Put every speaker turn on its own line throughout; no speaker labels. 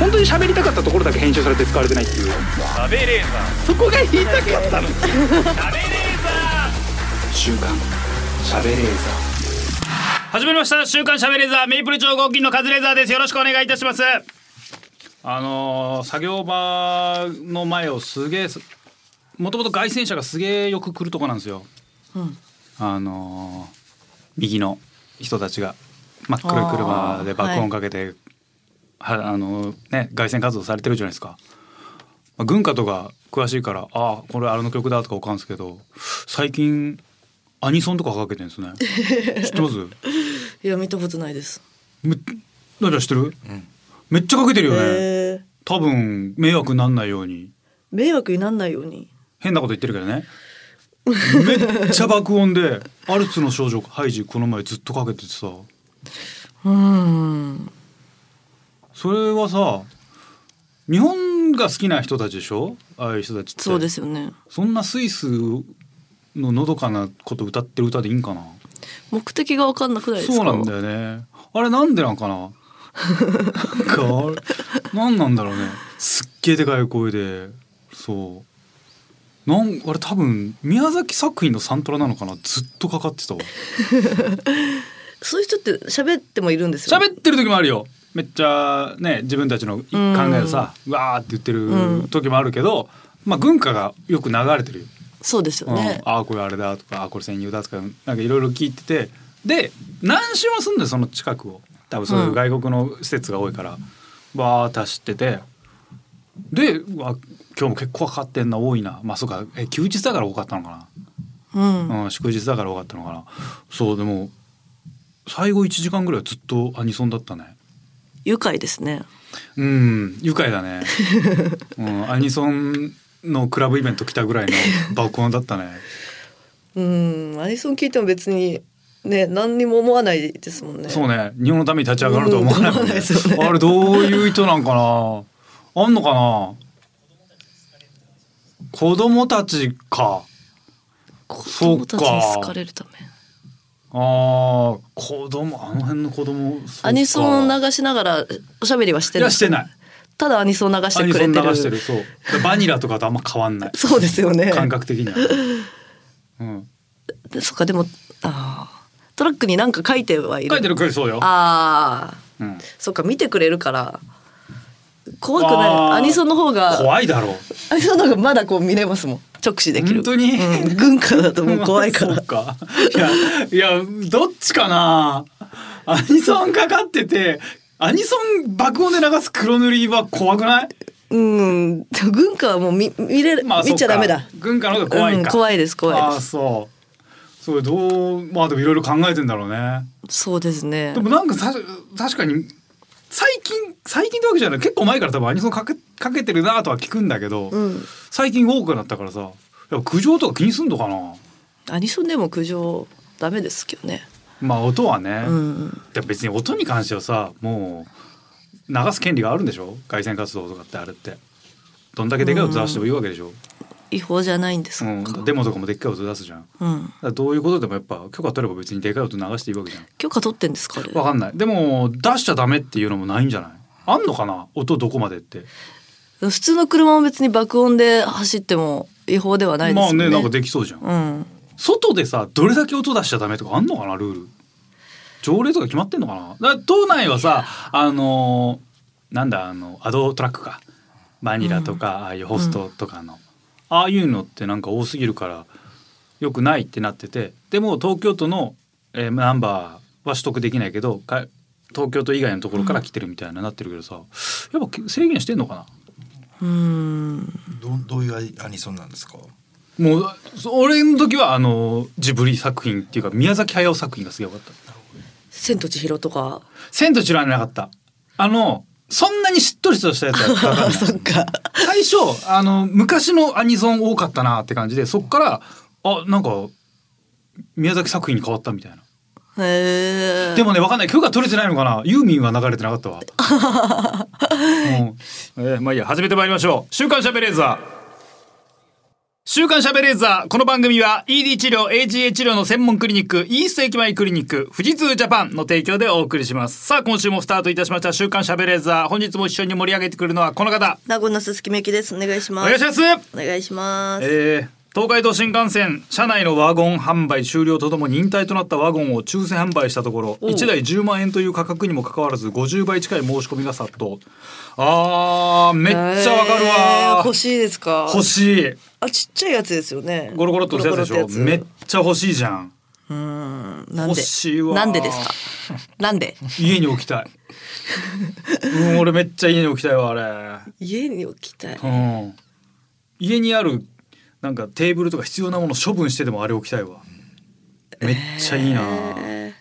本当に喋りたかったところだけ編集されて使われてないっていう
食べれー
そこが言いたかったの週刊喋れー
始まりました週刊しゃべレーザーメイプル超合金のカズレーザーですよろしくお願いいたしますあのー作業場の前をすげえもともと外線車がすげえよく来るとこなんですよ、あのー右の人たちが真っ黒い車で爆音かけてはあのーね外線活動されてるじゃないですか、まあ、軍歌とか詳しいからああこれあれの曲だとかわかるんですけど最近アニソンとかかけてるんですね知ってます
いや見たことないです。
めな知ってる、めっちゃかけてるよね、
えー、
多分迷惑になんないように
迷惑にならないように。
変なこと言ってるけどねめっちゃ爆音で「アルツの少女ハイジ」この前ずっとかけててさ
うーん。
それはさ日本が好きな人たちでしょああいう人たちって
そうですよね。
そんなスイスののどかなこと歌ってる歌でいいんかな
目的が分かんなくないですか。
そうなんだよねあれなんでなん かななんかあれなんなんだろうねすっげえでかい声でそうなんあれ多分宮崎作品のサントラなのかなずっとかかってたわ
そういう人って喋ってもいるんですよ。
喋ってる時もあるよめっちゃね自分たちの考えをさ、わーって言ってる時もあるけど、まあ軍歌がよく流れてるよ
そうですよね。
うん、ああこれあれだとかああこれ戦友だとかなんかいろいろ聞いててで何周もすんだよその近くを多分そういう外国の施設が多いから、バーッと走っててでうわ今日も結構かかってんな多いなまあそうかえ休日だから多かったのか
うん。
な、うん、祝日だから多かったのかなそうでも最後1時間ぐらいはずっとアニソンだったね
愉快ですね。
うん愉快だ ね、うん、アニソンのクラブイベント来たぐらいの爆音だったね
うん。アニソン聞いても別にね何にも思わないですもんね。
そうね日本のために立ち上がるとは思わないもん
うん思わない
ね
ですよね
あれどういう意図なんかなあんのかな子供たちか
子供たちに好かれるため。
あー子供あの辺の子供そうか
アニソンを流しながらおしゃべりはして
い
る。
やしてない
ただアニソン流し
ア
て
ニ
く
ソ
れ
ン
て
流
る。
してるそうバニラとかとあんま変わんない
そうですよね。
感覚的には、うん、
でそっかでもあートラックに何か書いてはいる。
書いてるくらいそうよ、
ああ。
うん、
そっか見てくれるから怖く
あー
ないアニソンの方が
怖いだろう
アニソンの方がまだこう見れますもん直視でき
本
る
当に
うん軍歌だともう 怖 いか
そ
ら
うかいやいやどっちかなアニソンかかっててアニソン爆音で流す黒塗りは怖くない
うんでも軍歌はもう見見れる、
まあ
見ちゃダメだ
そっか軍歌の方が怖いか、
うん怖いです怖い
あ
で
あ
す
そうそれどうまあでもいろいろ考えてんだろうね
そうですね
でもなんかさ確かに最近最近ってわけじゃない結構前から多分アニソンかけかけてるなとは聞くんだけど、
うん
最近多くなったからさやっぱ苦情とか気にすんのかな
アニソンでも苦情ダメですけどね
まあ音はね、
うん
でも別に音に関してはさもう流す権利があるんでしょ外線活動とかってあれってどんだけでかい音出してもいいわけでしょ、
違法じゃないんです
う
か、
んデモとかもでっかい音出すじゃんだか
うん
らどういうことでもやっぱ許可取れば別にでかい音流していいわけじゃん
許可取ってんですかあれ
わかんないでも出しちゃダメっていうのもないんじゃないあんのかな音どこまでって
普通の車も別に爆音で走っても違法ではないです
ま
よ
あね
ね
なんかできそうじゃん、
うん
外でさどれだけ音出しちゃダメとかあんのかなルール条例とか決まってんのかなだから島内はさあのーなんだあのアドトラックかバニラとか、ああいうホストとかの、ああいうのってなんか多すぎるからよくないってなっててでも東京都の、えーナンバーは取得できないけどか東京都以外のところから来てるみたいななってるけどさやっぱ制限してんのかな
うん
どうどういうアニソンなんですか。
もうそ俺の時はあのジブリ作品っていうか宮崎駿作品がすげえよかった。
千と千尋とか
千と千尋はなかった。あの、そんなにしっとりとしたやつは かかんない
か
最初、あの、昔のアニソン多かったなって感じで、そっから、あ、なんか、宮崎作品に変わったみたいな。
へえ
でもね、わかんない。許可取れてないのかなユーミンは流れてなかった わ。うんえーまあいいや、始めてまいりましょう。週刊しゃべレーザー。週刊しゃべレーザー。この番組は ED 治療、AGA 治療の専門クリニック、イースト駅前クリニック、富士通ジャパンの提供でお送りします。さあ、今週もスタートいたしました週刊しゃべレーザー。本日も一緒に盛り上げてくれるのはこの方。
名古屋のすすきめきです。お願いし
お
ます。
願いします。
お願いします。
えー東海道新幹線車内のワゴン販売終了とともに引退となったワゴンを抽選販売したところ
おう
1台10万円という価格にもかかわらず50倍近い申し込みが殺到あーめっちゃわかる
えー
わ
欲しいですか。
欲しい
あ、ちっちゃいやつですよね。
ゴロゴロっと押すやつでしょめっ
う
ちゃ欲しいじゃん
ーん。なん
欲
で。
しいわ
なんでですか。な んで。
家に置きたい うん俺めっちゃ家に置きたいわあ
家に置きたい
れ、う。ん、家にあるなんかテーブルとか必要なもの処分してでもあれ置きたいわめっちゃいいな、
え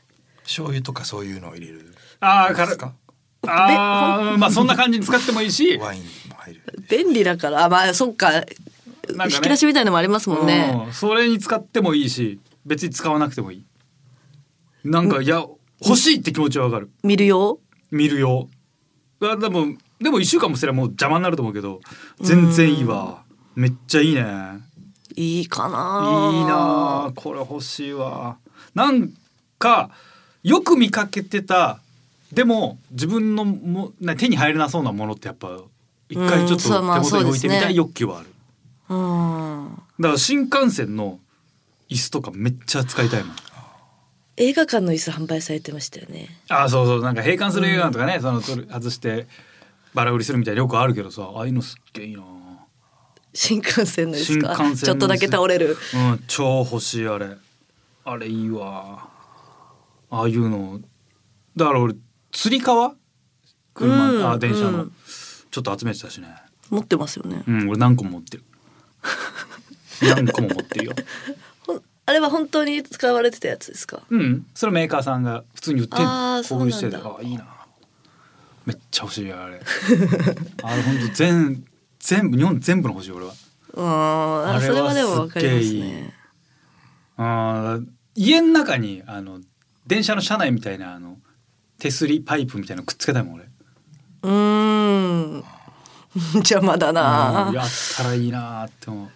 醤油とかそういうのを入れる。
ああ、から
ですか
ああ、まあそんな感じに使ってもいいし、
ワインも入る。
ー便利だから、あ、まあ、そっか。
なんかね
引き出しみたいのもありますもんね。
うん、それに使ってもいいし、別に使わなくてもいい。なんかいや欲しいって気持ちはわかる。
見るよ。
見るよ。あでもでも一週間もすればもう邪魔になると思うけど、全然いいわ。めっちゃいいね。いいない
いかな。
あ。これ欲しいわ。なんかよく見かけてた。でも自分のもな手に入れなそうなものってやっぱ一回ちょっと手
うんそうまあ
元に置いてみ
そう
た
ですね
い欲求はある。
うん。
だから新幹線の椅子とかめっちゃ使いたいもん。
映画館の椅子販売されてましたよね。
ああそうそうなんか閉館する映画館とかね、その取る外してバラ売りするみたいなよくあるけどさああいうのすっげえいいな。
新幹線のですか
新幹線の椅子
ちょっとだけ倒れる
うん超欲しいあれ。あれいいわ。ああいうのだから俺つり革車、
うん
あ電車の、
うん
ちょっと集めてたしね。
持ってますよね、
うん俺何個も持ってる。 何個も持ってるよ。
ほんあれは本当に使われてたやつですか
うん、それメーカーさんが普通に売ってんの
あーそ
購
うなん
入
だ
しててあいいなめっちゃ欲しいあれあれ本当全全部日本全部の欲しい俺は
うんあ
あれは
それはでもわかります
すっげえいい
ね
あー家の中にあの電車の車内みたいなあの手すりパイプみたいなのくっつけたいもん俺
うーん 邪魔だ
うん
な
やったらいいなーって思う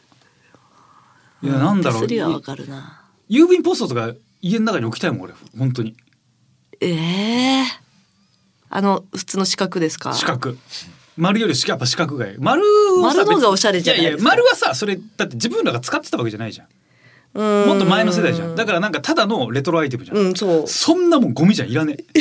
いやなんだろう
手すりはわ
い
かるな
郵便ポストとか家の中に置きたいもん俺本当に
ええあの普通の四角ですか
四角丸よりしかやっぱ四角がいい丸をさ
丸の方がおしゃれじゃない
やい
で
や
すか
丸はさそれだって自分らが使ってたわけじゃないじゃん
うん
もっと前の世代じゃんだからなんかただのレトロアイテムじゃん、
うんそう
そんなもんゴミじゃんいらねえ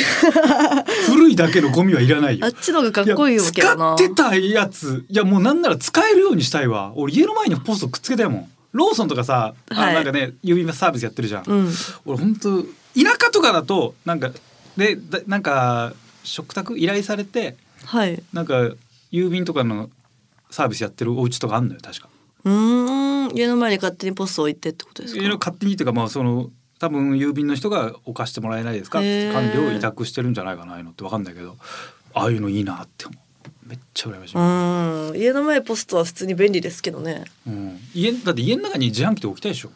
古いだけのゴミはいらないよ
あっちの方がかっこいいわけだ
や
な
使ってたやついやもうなんなら使えるようにしたいわ俺家の前にポストくっつけたいもんローソンとかさ、あ
はい
なんかね郵便サービスやってるじゃん、
うん
俺本当田舎とかだとなんかでだなんか食卓依頼されて
はい
なんか郵便とかのサービスやってるお家とかあんのよ確か。
うーん家の前に勝手にポスト置いてってことです
いろいろ
か
勝手にというかまあその多分郵便の人がお貸してもらえないですかって
へー
管理を委託してるんじゃないかなああいうのってわかんないけどああいうのいいなって思うめっちゃ羨ましい、
うん家の前ポストは普通に便利ですけどね
うん家だって家の中に自販機って置きたいでしょ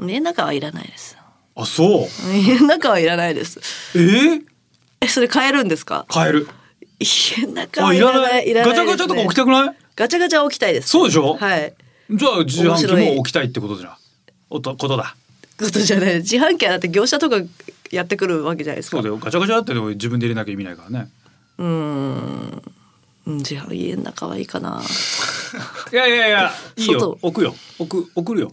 家の中はいらないです
あそう
家の中はいらないです
えー、
えそれ買えるんですか
買える
家の中
あ
はい
い
ら
ら
な
ないい
いらない
ガチャガチャとか置き
た
たくない
ガチャガチャは置きたいです
そうでしょ
はい
じゃあ自
面
販
白い
機も置きたいってことじゃんおとことだ
ことじゃない自販機はだって業者とかやってくるわけじゃないですか
そうだよガチャガチャだってでも自分で入れなきゃ意味ないからね
うーんうんじゃあ家の中はいいかない
やいやいやいいよ
外
置くよ置く送るよ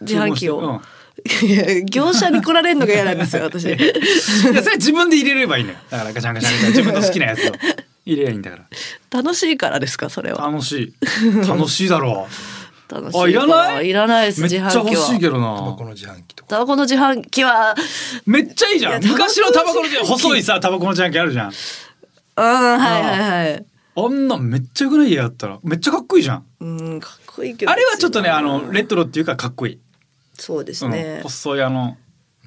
自販機
注文
を
し、
いや 業者に来られるのが嫌なんです よ私
いやそれ自分で入れればいいのよだからガチャンガチャンガチャン自分の好きなやつを入れりゃいいんだから
楽しいからですかそれは
楽しい楽しいだろ
楽し
あいらない
いらないです
うめっち
自
ゃ
販
欲
機
しい
は
けど
タバ
な
コの自販機とか。
タバコの自販機は
めっちゃいいじゃん
いや
昔のタバコの自販機細いさタバコの自販機あるじゃん
うんはいはいはい
あんなんめっちゃよくない家やったらめっちゃかっこいいじゃん
うんかっこいいけど
あれはちょっとね
別に
あのレトロっていうかかっこいい、
そうです
うん
ね、
細いあの、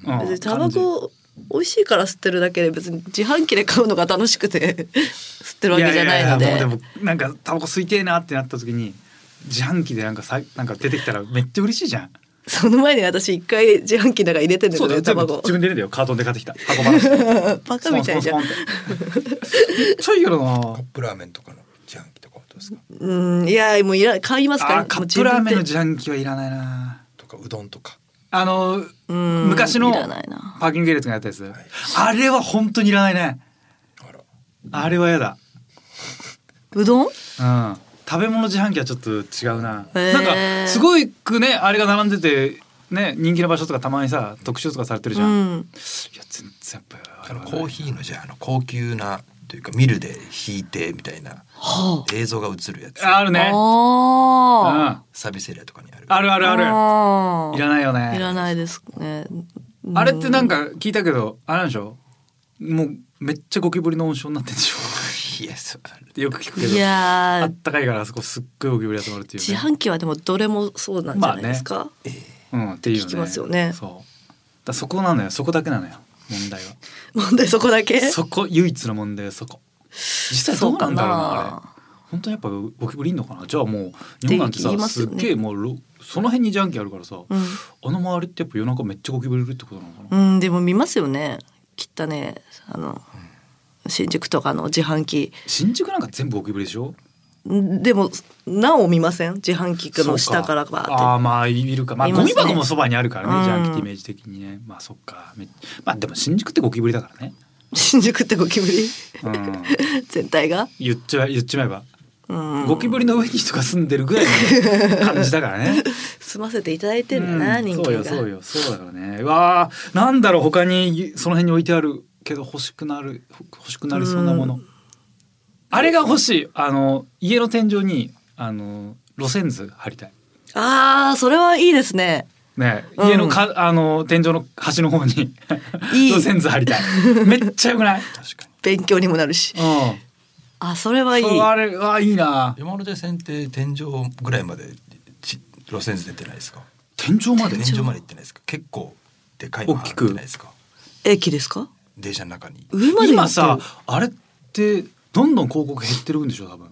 うん
別にタバ
感じ
コ美味しいから吸ってるだけで別に自販機で買うのが楽しくて 吸ってるわけじゃないので
ややもうでもなんかタバコ吸いてえなってなった時に自販機でなんかさなんか出てきたらめっちゃ嬉しいじゃん
その前に私一回自販機の中入れてるんだ
そう
け
だ
ど
よ
タ
全
バ
部
コ
自分で入れてよカートンで買ってきた箱話 して
バカみたいじゃ
スポン
ん
スポンスポンってめっちゃいいけどな
カップラーメンとかの自販機とか。どうですか
うんいやもういら買いますから
あーカップラーメンの
自
自販機はいらないな
とかうどんとか
あの
分でうん
昔の
いらないな
パーキング系列がやったやつあれは本当にいらないね
あら
あれはやだ
うどん
うん食べ物自販機はちょっと違うな、
へー
なんかすごいくねあれが並んでてね人気の場所とかたまにさ特集とかされてるじゃん、
う
い
ん
や全然やっぱ
あ
り
のコーヒーのじゃああの高級なというかミルで引いてみたいな
は
映像が映るやつ
あるねうん
あ
あ
サービスエリアとかにある
るあるあ
あ
る
ー
いらないよ
いら
ね
ないですね
あれってなん
か
か聞いたけどあれなんでしょもうめっちゃゴキブリの温床になってんでしょ
いやそうある
ってよく聞くけ
い
どあ
やー
ったかいからあそこすっごいゴキブリ集まるっていう、
自
ね、
販機はでもどれもそうなんじゃないですか、
うんっていうね
聞きますよね
そうだそこなのよそこだけなのよ問題は
問題そこだけ
そこ唯一の問題はそこ実際どうなんだろうな
そうかな
あれ本当にやっぱゴキブリいんのかなじゃあもう日本なんて
って
さ
言います
す
よ
っ
ね
げえもうろその辺にジャンキーあるからさ、
うん
あの周りってやっぱ夜中めっちゃゴキブリいるってことなのかな、
うん、でも見ますよね。きっとね、あの、新宿とかの自販機。
新宿なんか全部ゴキブリでしょ
んでも、なお見ません自販機の下から
そう
バ
かあ
ー
あ
って。
まあいるかまあ
いま
ゴ
すね
ミ箱もそばにあるからね、
うん
ジャンキーってイメージ的にねまあそっかめまあでも新宿ってゴキブリだからね、
新宿ってゴキブリ
うん、
全体が。
言っちゃ言っちまえば
うん。
ゴキブリの上に人が住んでるぐらいの感じだからね
済ませていただいてんだな、
うん
人
そう
間
よ
が。
そうよそうだからねうわーなんだろう他にその辺に置いてあるけど欲しくなるほ欲しくなりそうなもの、
う
あれが欲しいあの家の天井にあの路線図貼りたい
ああ、それはいいですね。
ね
うん
家のか、あの天井の端の方に
いい
路線図貼りたいめっちゃよくない、うん、
確かに
勉強にもなるし。あ、それはいい。
そうあれあいいな
山手線って天井ぐらいまでち路線図出てないですか
天井まで
天井まで行ってないですか結構でかいの
大きく
入ってないですか
駅ですか
電車の中に
上まで行
今
ってる
さあれってどんどん広告減ってるんでしょ多分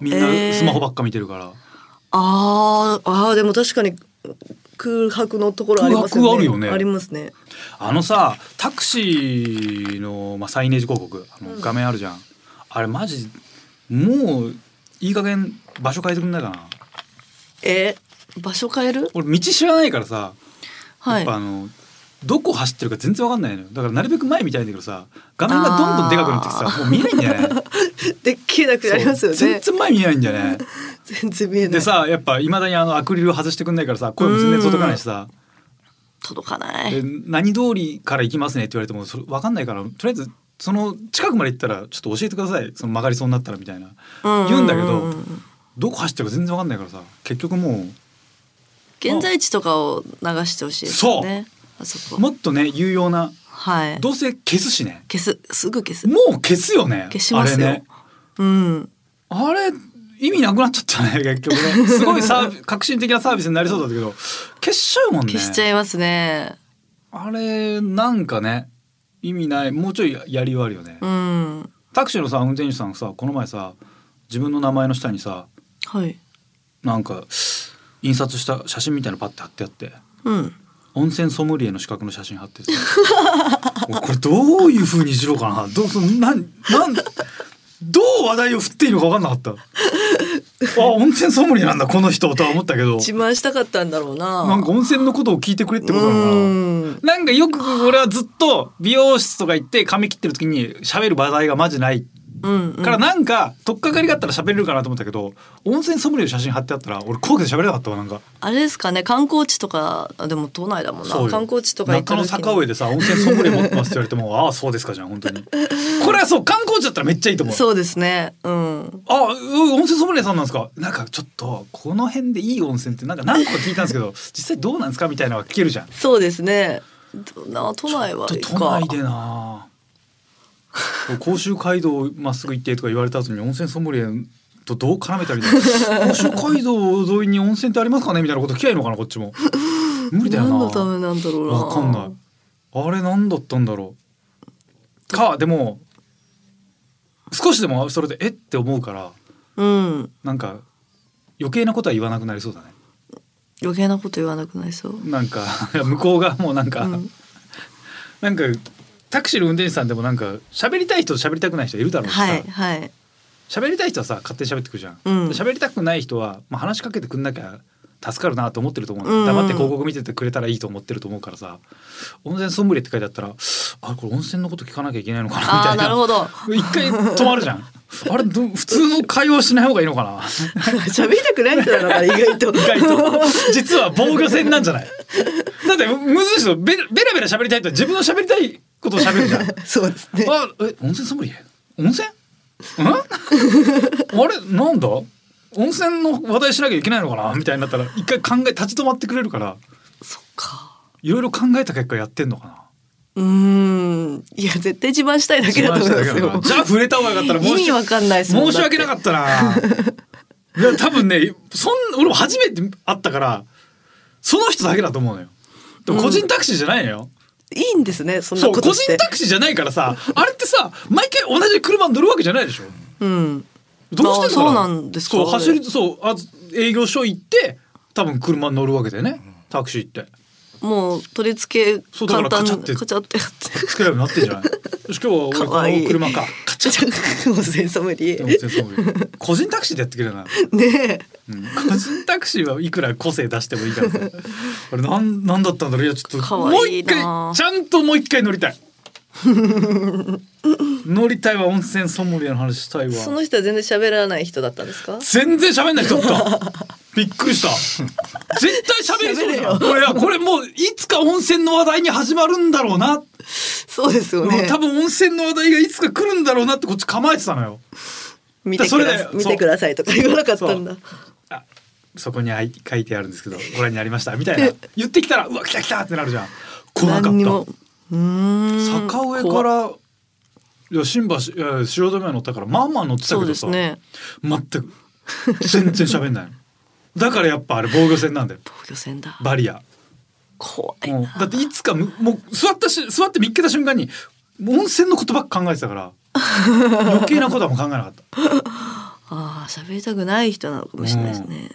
みん
え
な
ー
スマホばっか見てるから、
あーあー、でも確かに空白のところあります
空
よね。
白あるよね
ありますね。
あのさタクシーの、まあ、サイネージ広告あの画面あるじゃん、あれマジもういい加減場所変えてくんないかな
えー場所変える
俺道知らないからさ、
は
や
い
っぱ。あのどこ走ってるか全然わかんないのよだからなるべく前見たいんだけどさ画面がどんどんでかくなってきて
あ
さもう見えないんだよ ね
でっけえなくなりますよね。
そう全然前見えないんだよね
全然見えない。
でさやっぱいまだにあのアクリル外してくんないからさ声も全然届かないしさ
届かな
で
い。
何通りから行きますねって言われてもそれ分かんないからとりあえずその近くまで行ったらちょっと教えてくださいその曲がりそうになったらみたいな言うんだけど、
うう
どこ走ってるか全然分かんないからさ結局も
現在地とかを流してほしいですよね。あそうこ。
もっとね有用な
はい。
どうせ消すしね
消すすぐ消す。
もう消すよね
消しますよ
あれね
うん。
あれ意味なくなっちゃった ね結局ねすごいサービ革新的なサービスになりそうだったけど消しちゃうもんね
消しちゃいますね。
あれなんかね意味ないもうちょいやりようあるよね、
うん。
タクシーのさ運転手さんさこの前さ自分の名前の下にさ
はい。
なんか印刷した写真みたいなのパッて貼ってあって
うん。
温泉ソムリエの資格の写真貼 ってて俺これどういう風にしろうかなどうそのなんなんどう話題を振っていいのか分かんなか ったあ温泉ソムリエなんだこの人とは思ったけど
自慢したかったんだろうな。
なんか温泉のことを聞いてくれってことなのか
う。
なんなんかよく俺はずっと美容室とか行って髪切ってる時に喋る話題がマジない
うん、うん。
からなんか取っかかりがあったら喋れるかなと思ったけど温泉ソムリエの写真貼ってあったら俺怖くて喋れなかったわなんか
あれですかね観光地とかあでも都内だもんな
そうよ
観光地とか行った
中
時
野
に
坂上でさ温泉ソムリエ持ってますって言われても ああそうですかじゃん本当にこれはそう観光地だったらめっちゃいいと思う
そうですねうん
ああうん温泉ソムリエさんなんですかなんかちょっとこの辺でいい温泉ってなんか何個か聞いたんですけど 実際どうなんですかみたいなのは聞けるじゃん
そうですねどな都内は
ちょっと
いい
都
か
内でな甲州街道をまっすぐ行ってとか言われた後に温泉ソムリエとどう絡めたりだ 甲州街道沿いに温泉ってありますかねみたいなこと聞きゃいいのかなこっちも無理だよな
何のためなんだろうな
わかんないあれ何だったんだろうかでも少しでもそれでえって思うから
うん
なんか余計なことは言わなくなりそうだね
余計なこと言わなくなりそう
なんか 向こうがもうなんか、
うん
なん かタクシーの運転手さんでもなんか喋りたい人と喋りたくない人いるだろうしさ、
はいはい
喋りたい人はさ勝手に喋ってくるじゃん。
うん
で喋、りたくない人は、まあ、話しかけてくんなきゃ助かるなと思ってると思う、
うんうん
黙って広告見ててくれたらいいと思ってると思うからさ温泉ソムリエって書いてあったらあこれ温泉のこと聞かなきゃいけないのかなみ
あ
た
あ
いな
なるほど
一回止まるじゃん。あれど普通の会話しない方がいいのかな
喋りたくない人なのかな意外と 意
意外と実は防御線なんじゃないだってむずいしょベラベラベラ喋りたいって自分の喋りたいことを喋るじゃん。
そうですね
あ、え、温泉ソムリエ。温泉。ん。 あれ、なんだ。温泉の話題しなきゃいけないのかなみたいになったら、一回考え立ち止まってくれるから。
そっか
いろいろ考えた結果やってんのかな。
うーんいや絶対自慢したいだけだと思いますよ
じゃあ、触れた方がよかったら、
意味わかんないですもん
申し訳なかったな。いや、多分ね、そん、俺も初めて会ったから。その人だけだと思うのよ。でも個人タクシーじゃないのよ。
いいんですねそんな
そう
こ
個
として
人タクシーじゃないからさあれってさ毎回同じ車に乗るわけじゃないでしょ
うん
どうしてんの
あそうなんですか
そう走りそうあ営業所行って多分車に乗るわけだよねタクシーって
もう取り付
そ
け
うだから
簡単
カチャって
カチャってやって
作れるようになってんじゃ ないよし今日は俺
かわいい
この車か
カチャもう全ソムリエ
でも
ね
全然そうよ個人タクシーでやってくれるな、
え
うん個人タクシーはいくら個性出してもいい からさあれなんなんだったんだろういやちょっ
か
と
わ
もう
いい
一
な
回ちゃんともう一回乗り たい乗りたいわ温泉ソムリエの話したいわ
その人は全然喋らない人だったんですか
全然喋んない人 だった。びっくりした。絶対喋りそうじゃん。これこれもういつか温泉の話題に始まるんだろうな。
そうですよね
多分温泉の話題がいつか来るんだろうなってこっち構えてたのよ。
見て
それ
く
だ
だ
よ
見てくださいとか言わなかったんだ
あそこにあい書いてあるんですけどご覧になりましたみたいな言ってきたらうわ来た来たってなるじゃん。来なかった。
何にもうーん
坂上からいや新橋いや汐留乗ったからまあまあ乗ってた
そ
けど
うで
さ、
すね
全く全然喋んないの。だからやっぱあれ防御線なんだよ
防御線だ
バリア。
怖い
うん
な
だっていつかむもう座ったし座って見っけた瞬間に温泉のことばっか考えてたから 余計なことはもう考えなかった
ああ喋りたくない人なのかもしれないですね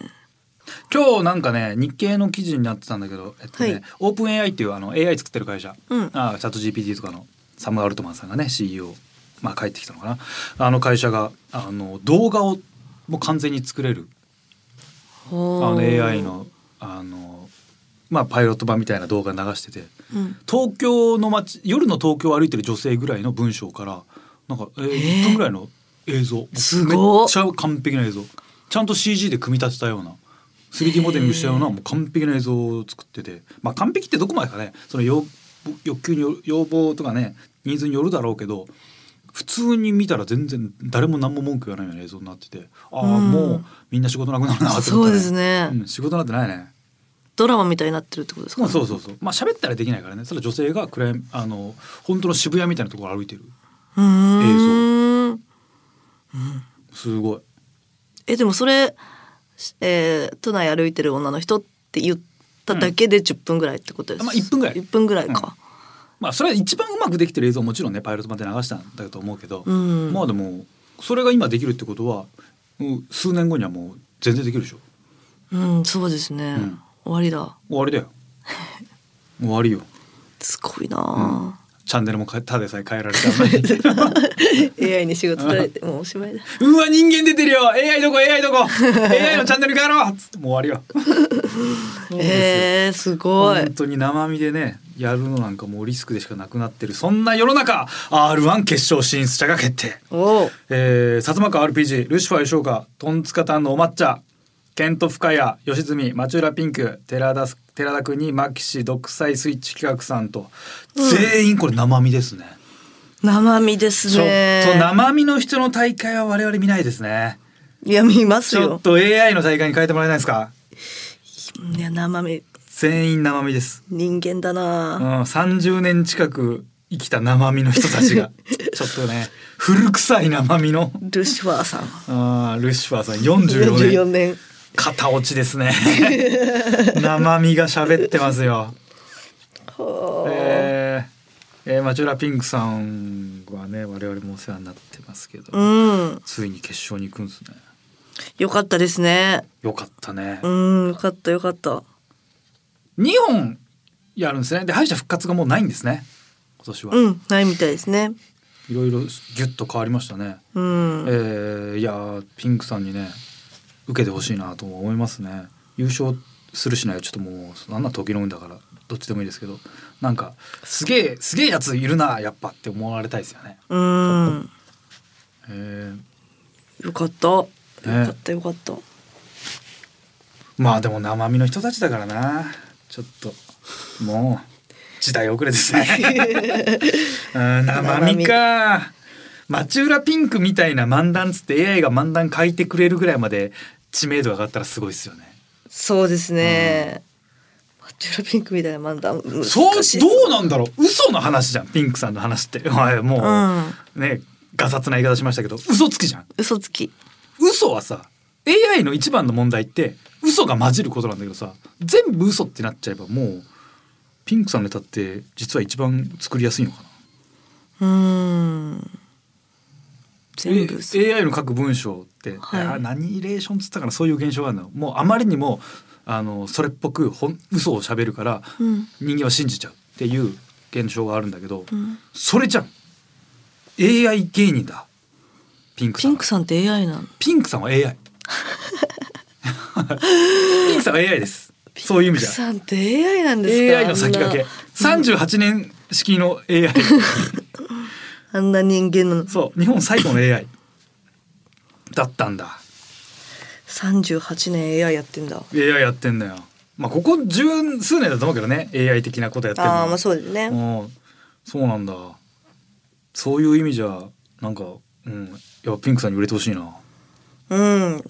今日なんかね日経の記事になってたんだけど、えっとね
はい
オープン AI っていうあの AI 作ってる会社、
うん
あチャット GPT とかのサム・アルトマンさんがね CEO まあ帰ってきたのかなあの会社があの動画をもう完全に作れるあ
あ
の AI のあの、まあ、パイロット版みたいな動画流してて。
うん
東京の街夜の東京を歩いてる女性ぐらいの文章からなんか、えー10分ぐらいの映像
すごっ
めっちゃ完璧な映像ちゃんと CG で組み立てたような 3D モデリングしたようなもう完璧な映像を作ってて、まあ、完璧ってどこまでかねその要欲求による要望とかねニーズによるだろうけど普通に見たら全然誰も何も文句言わないような映像になっててああ、
うん
もうみんな仕事なくなるなって
そうですね
うん、仕事なんてないね。
ドラマみたいになってるってことですか
そうそうそうそうまあ喋ったらできないからねそれは女性が暗いあの本当の渋谷みたいなところを歩いてる
うーん
すごい
えでもそれ、えー都内歩いてる女の人って言っただけで10分ぐらいってことです、
まあ1分ぐらい
1分ぐらいか、
まあそれは一番うまくできてる映像はもちろんねパイロット版で流したんだと思うけど、
うん
まあでもそれが今できるってことはうん数年後にはもう全然できるでしょ
うん、そうですね、
ん
終わりだ
終わりだ よ終わりよ
すごいな
チャンネルもかただでさえ変えられてあんまり
ぁ、AI に仕事取られてもうおしまいだ
うわ人間出てるよ AI どこ AI どこ AI のチャンネル変えろっつってもう終わりよそうですよ
えー、すごい
本当に生身でねやるのなんかもうリスクでしかなくなってるそんな世の中 R1 決勝進出者が決定、
おう
えー、薩摩川 RPG ルシファー吉岡トンツカタンのお抹茶ケント深谷吉住町浦ピンク寺田す寺田君にマキシ独裁スイッチ企画さんと、全員これ生身ですね
生身です
ちょっ
ね
と生身の人の大会は我々見ないですね
いや見ます
ちょ
よ
っと AI の大会に変えてもらえないですか
いや生身
全員生身です
人間だな
う
ぁ、
ん、30年近く生きた生身の人たちが ちょっとね古臭い生身の
ルシファーさん
あールシファーさん44年
44年
片落ちです ね生身が喋ってますよ。
はあ
えーえーマチュラピンクさんはね我々もお世話になってますけど、
うん
ついに決勝に行くんですね。
よかったですね
よかったね。
うんよかったよかった
2本やるんですねで敗者復活がもうないんですね今年は。
うん、ないみたいですね。
いろいろギュッと変わりましたね。
う ん。
えーいやーピンクさんにね受けてほしいなとも思いますね優勝するしないはちょっともうなんな時の運だからどっちでもいいですけどなんかすげえすげえやついるなやっぱって思われたいですよね。
うん。
えー
よかった。よかったよかった。
まあでも生身の人たちだからなちょっともう時代遅れですねうん生身か町浦ピンクみたいな漫談つって AI が漫談書いてくれるぐらいまで知名度上がったらすごいですよね
そうですね。マッチュラピンクみたいな漫談。難しい
そう
っす
どうなんだろう嘘の話じゃんピンクさんの話って はいもう、ねガサツな言い方しましたけど嘘つきじゃん
嘘つき。
嘘はさ AI の一番の問題って嘘が混じることなんだけどさ全部嘘ってなっちゃえばもうピンクさんのネタって実は一番作りやすいのかな
うん。全部嘘。
A- AI の書く文章って、
はい
あ何レーションっつったかなそういう現象があるのもうあまりにもあのそれっぽくほん嘘を喋るから
うん。
人間は信じちゃうっていう現象があるんだけど、
うん
それじゃん AI 芸人だピンクさ
ピ
ん
ン
は
クさんって AI なの。
ピンクさんは AI ピンクさんは AI ですそういう意味じ
ピンク
ゃ
さんって AI なんですか。
AI の先駆け38年式の AI
あんな。あんな人間なの。
そう日本最古の AI だったんだ
三十八年 AI やってんだ。
AI やってんだよまあここ十数年だと思うけどね AI 的なことやってるの
ああ、まあそうですね。
うんそうなんだそういう意味じゃなんかうんいやピンクさんに売れてほしいな
うん。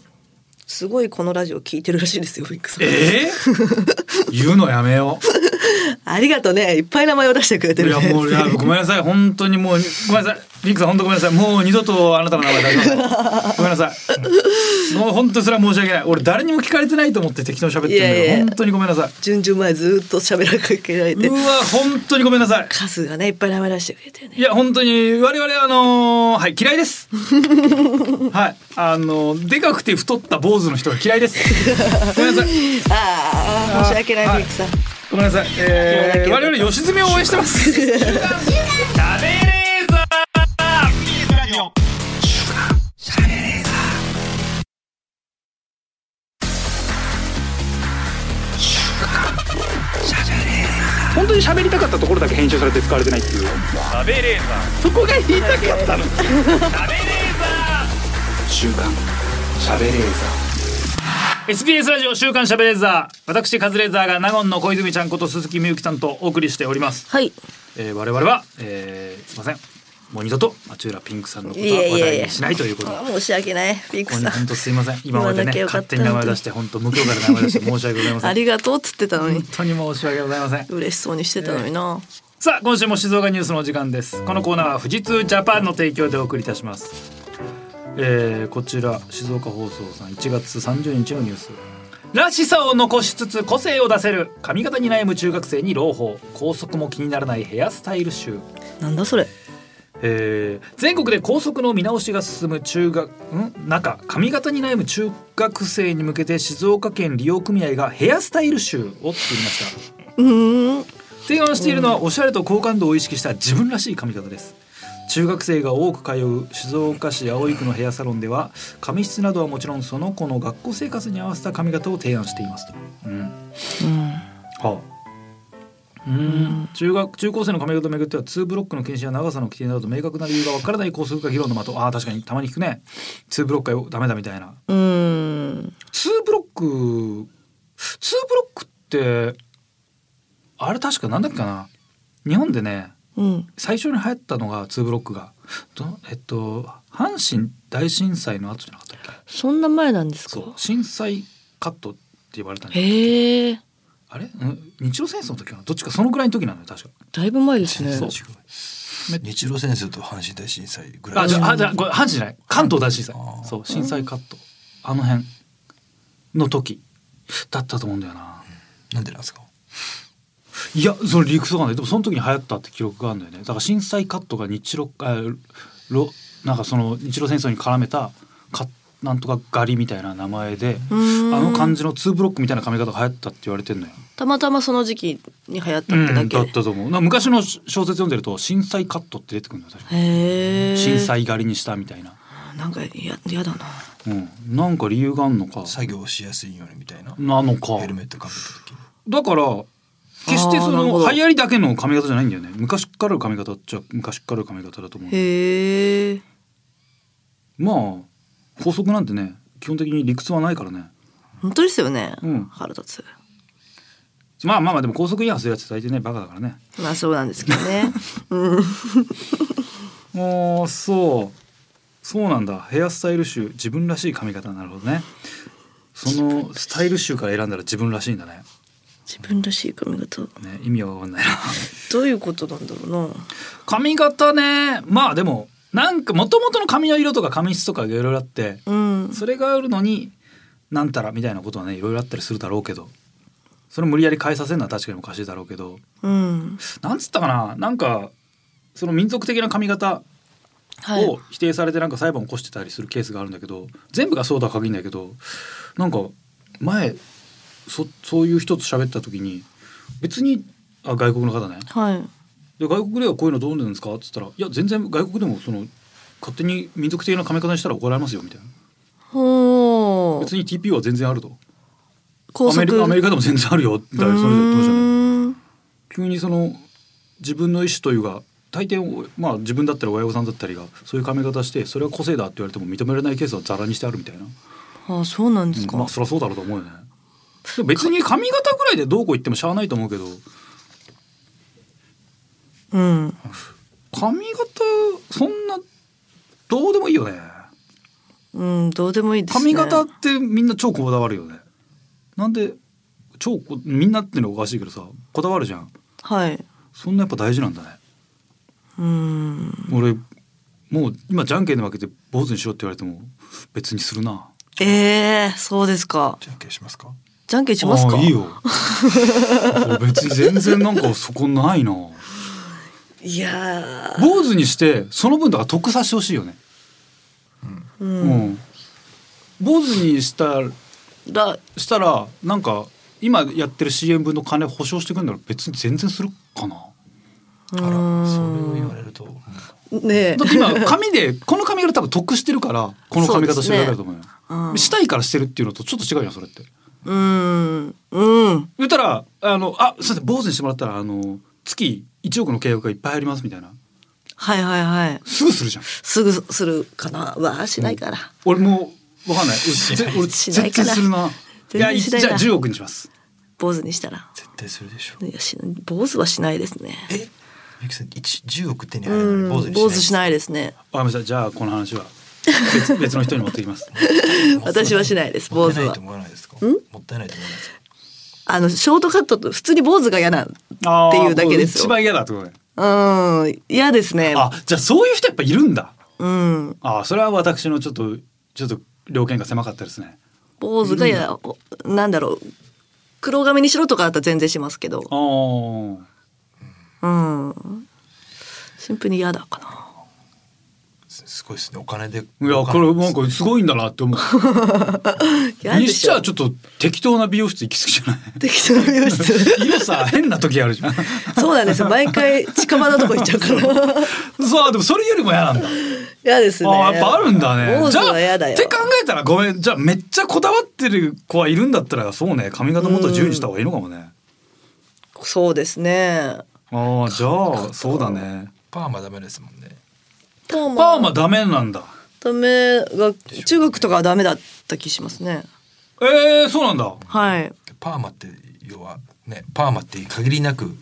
すごいこのラジオ聞いてるらしいですよ、ピンクさん。
えー 言うのやめよう
ありがとうね。いっぱい名前を出してくれて
い
る
や
ね。
もういやごめんなさい本当にもうごめんなさいリンクさん本当ごめんなさいもう二度とあなたの名前出しませんごめんなさいもう本当にそれは申し訳ない俺誰にも聞かれてないと思って適当に喋ってるんだけど
いやいや
本当にごめんなさい
順々前ずっと喋らなきゃいけないうで
わ本当にごめんなさい
数がねいっぱい名前出してくれてね
いや本当に我々あのーはい嫌いです はいあのーでかくて太った坊主の人が嫌いですごめんなさい
あーあー申し訳ないミックさん
ごめんなさい、えー、
よかった
我々吉住を応援してます 週刊食べレーザー
本当に喋りたかったところだけ編集されて使われてないっていう
そこが言いたかったの
週刊喋れーザ
SBS ラジオ週刊しゃべれーザー私カズレーザーが納言の小泉ちゃんこと鈴木みゆきさんとお送りしております、
はい
えー、我々は、えー、すいませんもう二度と町浦ピンクさんのことはい
やい
話
やい
題
や
にしないということ
あー申し訳ないミック
本当
さ
に本
ん
当すいません今までね
言わなきゃよか
勝
っ
手
た
に名前出して本当無許可で名前出して申し訳ございません
ありがとうっつってたのに
本当に申し訳ございません
嬉しそうにしてたのにな
さあ今週も静岡ニュースのお時間ですこのコーナーは富士通ジャパンの提供でお送りいたします、えー、こちら静岡放送さん1月30日のニュースらしさを残しつつ個性を出せる髪型に悩む中学生に朗報校則も気にならないヘアスタイル集
なんだそれ
えー全国で校則の見直しが進む中学ん中髪型に悩む中学生に向けて静岡県利用組合がヘアスタイル集を作りました
うーん
提案しているのはおしゃれと好感度を意識した自分らしい髪型です中学生が多く通う静岡市葵区のヘアサロンでは髪質などはもちろんその子の学校生活に合わせた髪型を提案していますと、うんはあ、うん中学中高生の髪型をめぐっては2ブロックの禁止や長さの規定など明確な理由がわからない校則が議論の的ああ確かにたまに聞くね2ブロックはダメだみたいな
うーん
ツーブロックツーブロックってあれ確かなんだっけかな日本でね
うん
最初に流行ったのがツーブロックがどえっと阪神大震災の後じゃなかったっけ
そんな前なんですか
そう震災カットって言われたんじゃん
へえ
あれうん日露戦争の時かなどっちかそのぐらいの時なのよ確か、
だいぶ前ですね
そう
日露戦争と阪神大震災ぐら
あ
い
じ
で
ゃ
す
ああじゃあこれ阪神じゃない関東大震災
あー
そう震災カットあの辺の時だったと思うんだよな
なんでなんですか
いやその理屈わかんないでもその時に流行ったって記録があるんだよねだから震災カットが日露あろなんかその日露戦争に絡めたカッなんとか狩りみたいな名前であ
ーん
の感じの2ブロックみたいな髪型が流行ったって言われてんのよ。
たまたまその時期に流行った
うん
ってだけ
だっ
で、
たと思う。なんか昔の小説読んでると震災カットって出てくるんだよ確か
へえ
震災狩りにしたみたいな。
なんかややだな
うん。なんか理由があんのか。
作業しやすいようにみたいな
なのか。
ヘルメットかぶった時に
だから決してそ
あーなるほど
の流行りだけの髪型じゃないんだよね昔からある髪型っちゃ昔からある髪型だと思う
へえ
まあ法則なんてね基本的に理屈はないからね
本当ですよね、
うん
腹立
まあまあまあでも高速違反するやつ大抵ねバカだからね
つまあそうなんですけど ねうん
ああそうそうなんだヘアスタイル集自分らしい髪型なるほどねそのスタイル集から選んだら自分らしいんだね
自分らしい髪型
ね意味は分かんないな
どういうことなんだろうな
髪型ねまあでもなんか元々の髪の色とか髪質とかいろいろあって
うん
それがあるのになんたらみたいなことはねいろいろあったりするだろうけどそれ無理やり変えさせるのは確かにおかしいだろうけど
うん
なんつったかななんかその民族的な髪型
はい
を否定されてなんか裁判を起こしてたりするケースがあるんだけど全部がそうとは限らないけどなんか前そそういう人と喋った時に別にあ外国の方ね
はい
で外国ではこういうのどうなんですかっつったらいや全然外国でもその勝手に民族的な髪型にしたら怒られますよみたいな
ほう
別に TP は全然あると。
高
アメリカアメリカでも全然あるよみたいなそれで言ってましたね
ね
急にその自分の意思というか大抵おまあ自分だったり親御さんだったりがそういう髪型してそれは個性だって言われても認められないケースはざらにしてあるみたいな、
あそうなんですか、
まあそりゃそうだろうと思うよねでも別に髪型ぐらいでどうこう言ってもしゃあないと思うけど
うん
髪型そんなどうでもいいよね
うんどうでもいいです
髪
ね
型ってみんな超こだわるよねなんで超こみんなってのはおかしいけどさこだわるじゃん
はい
そんなやっぱ大事なんだね
うん
俺もう今じゃんけんで負けて坊主にしろって言われても別にするな
ええそうですか
じゃんけんしますか
じゃんけんしますか
あーいいよ俺別に全然なんかそこないない
やー
坊主にしてその分だから得させてほしいよね
う、
うんん坊主にした
だ
したらなんか今やってる CM 分の金保証してくんなら別に全然するかな
あ
あらそれを言われると
ねえ
だって今紙でこの髪型多分得してるからこの髪型してるだけだと思うよ
うん
したいからしてるっていうのとちょっと違うじゃんそれって
うんうん
言ったらあのあすいません坊主にしてもらったらあの月1億の契約がいっぱいありますみたいな
はいはいはい
すぐするじゃん
すぐするかなうわーしないから、
俺もうわかんない俺ぜ俺
しな
全
いか
然
な
するな
全然し
じ
な
ゃ
いな
あ10億にします
坊主にしたら
絶対するでしょ
いやし坊主はしないですね
えゆきさん一十億手に入るのに
う
坊主
ん
に
坊主しないいですね
わかりましたじゃあこの話は 別別の人に持ってきます
私はしないです
も
坊
った
主
いない
は
と思わないですかもったいないと思わないですか
あのショートカットと普通に坊主が嫌なん
あー
っていうだけです
一
よ
番嫌だってことね
うん嫌ですね
あじゃあそういう人やっぱいるんだ
うん
あーそれは私のちょっとちょっと両見が狭かったですね
坊主が嫌だおなんだろう黒髪にしろとかだったら全然しますけど
あー
うんシンプルに嫌だかな
すすごいですねお金でい
いやこれなんかすごいんだなって 思う
嫌で
にし
し
ち
ょ
ゃちょっと適当な美容室行き過ぎじ ゃない
適当な美容 室
色さ変な時あるじゃん
そうなんですよ毎回近場のとこ行っちゃうから
そうでもそれよりも嫌なんだ、
嫌ですね
ああやっぱあるんだね
坊主
じゃ
は
あ
嫌
っ
だよ
て考えたらごめんじゃあめっちゃこだわってる子はいるんだったらそうね髪型もっと自由にした方がいいのかもね
そうですね
ああじゃあそうだね
パーマダメですもんね
パーマ
パーマダメなんだ
ダメが中学とかはダメだった気しますね
えー、そうなんだ
はい
パーマって要はねパーマって限りなく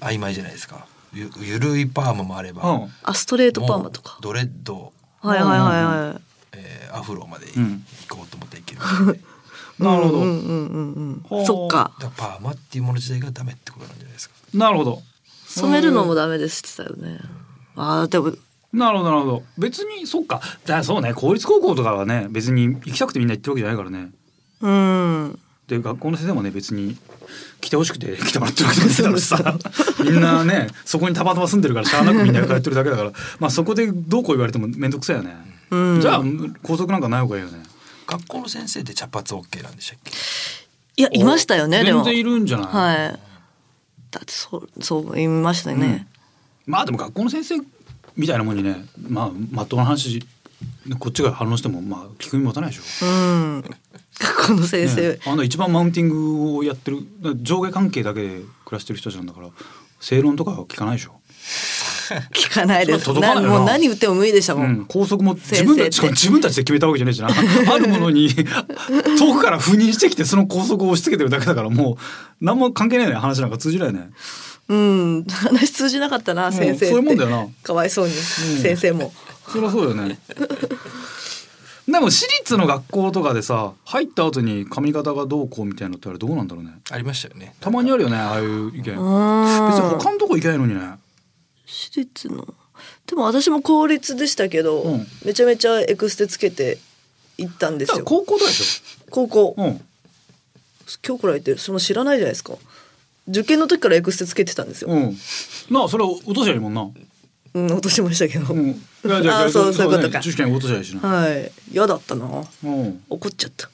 曖昧じゃないですかゆゆるいパーマもあれば、
うん
あストレートパーマと
も
か
うドレッド、
はいはいはいはい
えーアフロまでい
うん
行こうと思っていけるんで、 だか
なるほど、
うんうんうんう
はあ
んそっから
パーマっていうもの自体がダメってことなんじゃないですか
なるほど
染めるのもダメですって言ってたよねあーでも
なるほどなるほど別にそっかだそうね公立高校とかはね別に行きたくてみんな行ってるわけじゃないからね
うん
で学校の先生もね別に来てほしくて来 てもらってるわけですからさみんなねそこにたまたま住んでるからしゃあなくみんな通ってるだけだからまあそこでどうこう言われても面倒くさいよね、
うん
じゃあ高速なんかない方がいいよね
学校の先生で茶髪 OK なんでしたっけ
いやいましたよねでも
全然いるんじゃない、
はいだってそうそういましたね、
まあでも学校の先生みたいなもんにねまあまっとうな話こっちが反論してもまあ聞く耳持たないでしょ
うん 学校の先生、
ねあの一番マウンティングをやってる上下関係だけで暮らしてる人たちなんだから正論とかは聞かないでしょ、
聞かないです
それは届かないよな
もう何言っても無理でしたも、
うんん、校則も自
先生
分た
って
ちしかも自分たちで決めたわけじゃねえしな あるものに遠くから赴任してきてその校則を押し付けてるだけだからもう何も関係ないね話なんか通じないね
うん、話通じなかったな、
ん
先生って。
そういうもんだよな
かわいそうに、先生も。
そりゃそうだ よねでも私立の学校とかでさ入った後に髪型がどうこうみたいなのってあれどうなんだろうね
ありましたよね
たまにあるよねああいう意見別に
うーん
他のとこ行けないのにね
私立の。でも私も公立でしたけど、
うん
めちゃめちゃエクステつけて行ったんで
だから
すよ。
高校とかでし
高校、
ょうん
今日くらいってその知らないじゃないですか。受験の時からエクステつけてたんですよ。
うん。なあそれ落としゃいいもんな。
うん、落としましたけど。
うん。いやじゃ
あーそうそういうことか
受験落としゃいいしな。
はい、嫌だったな。
うん。うん。
怒っちゃ った。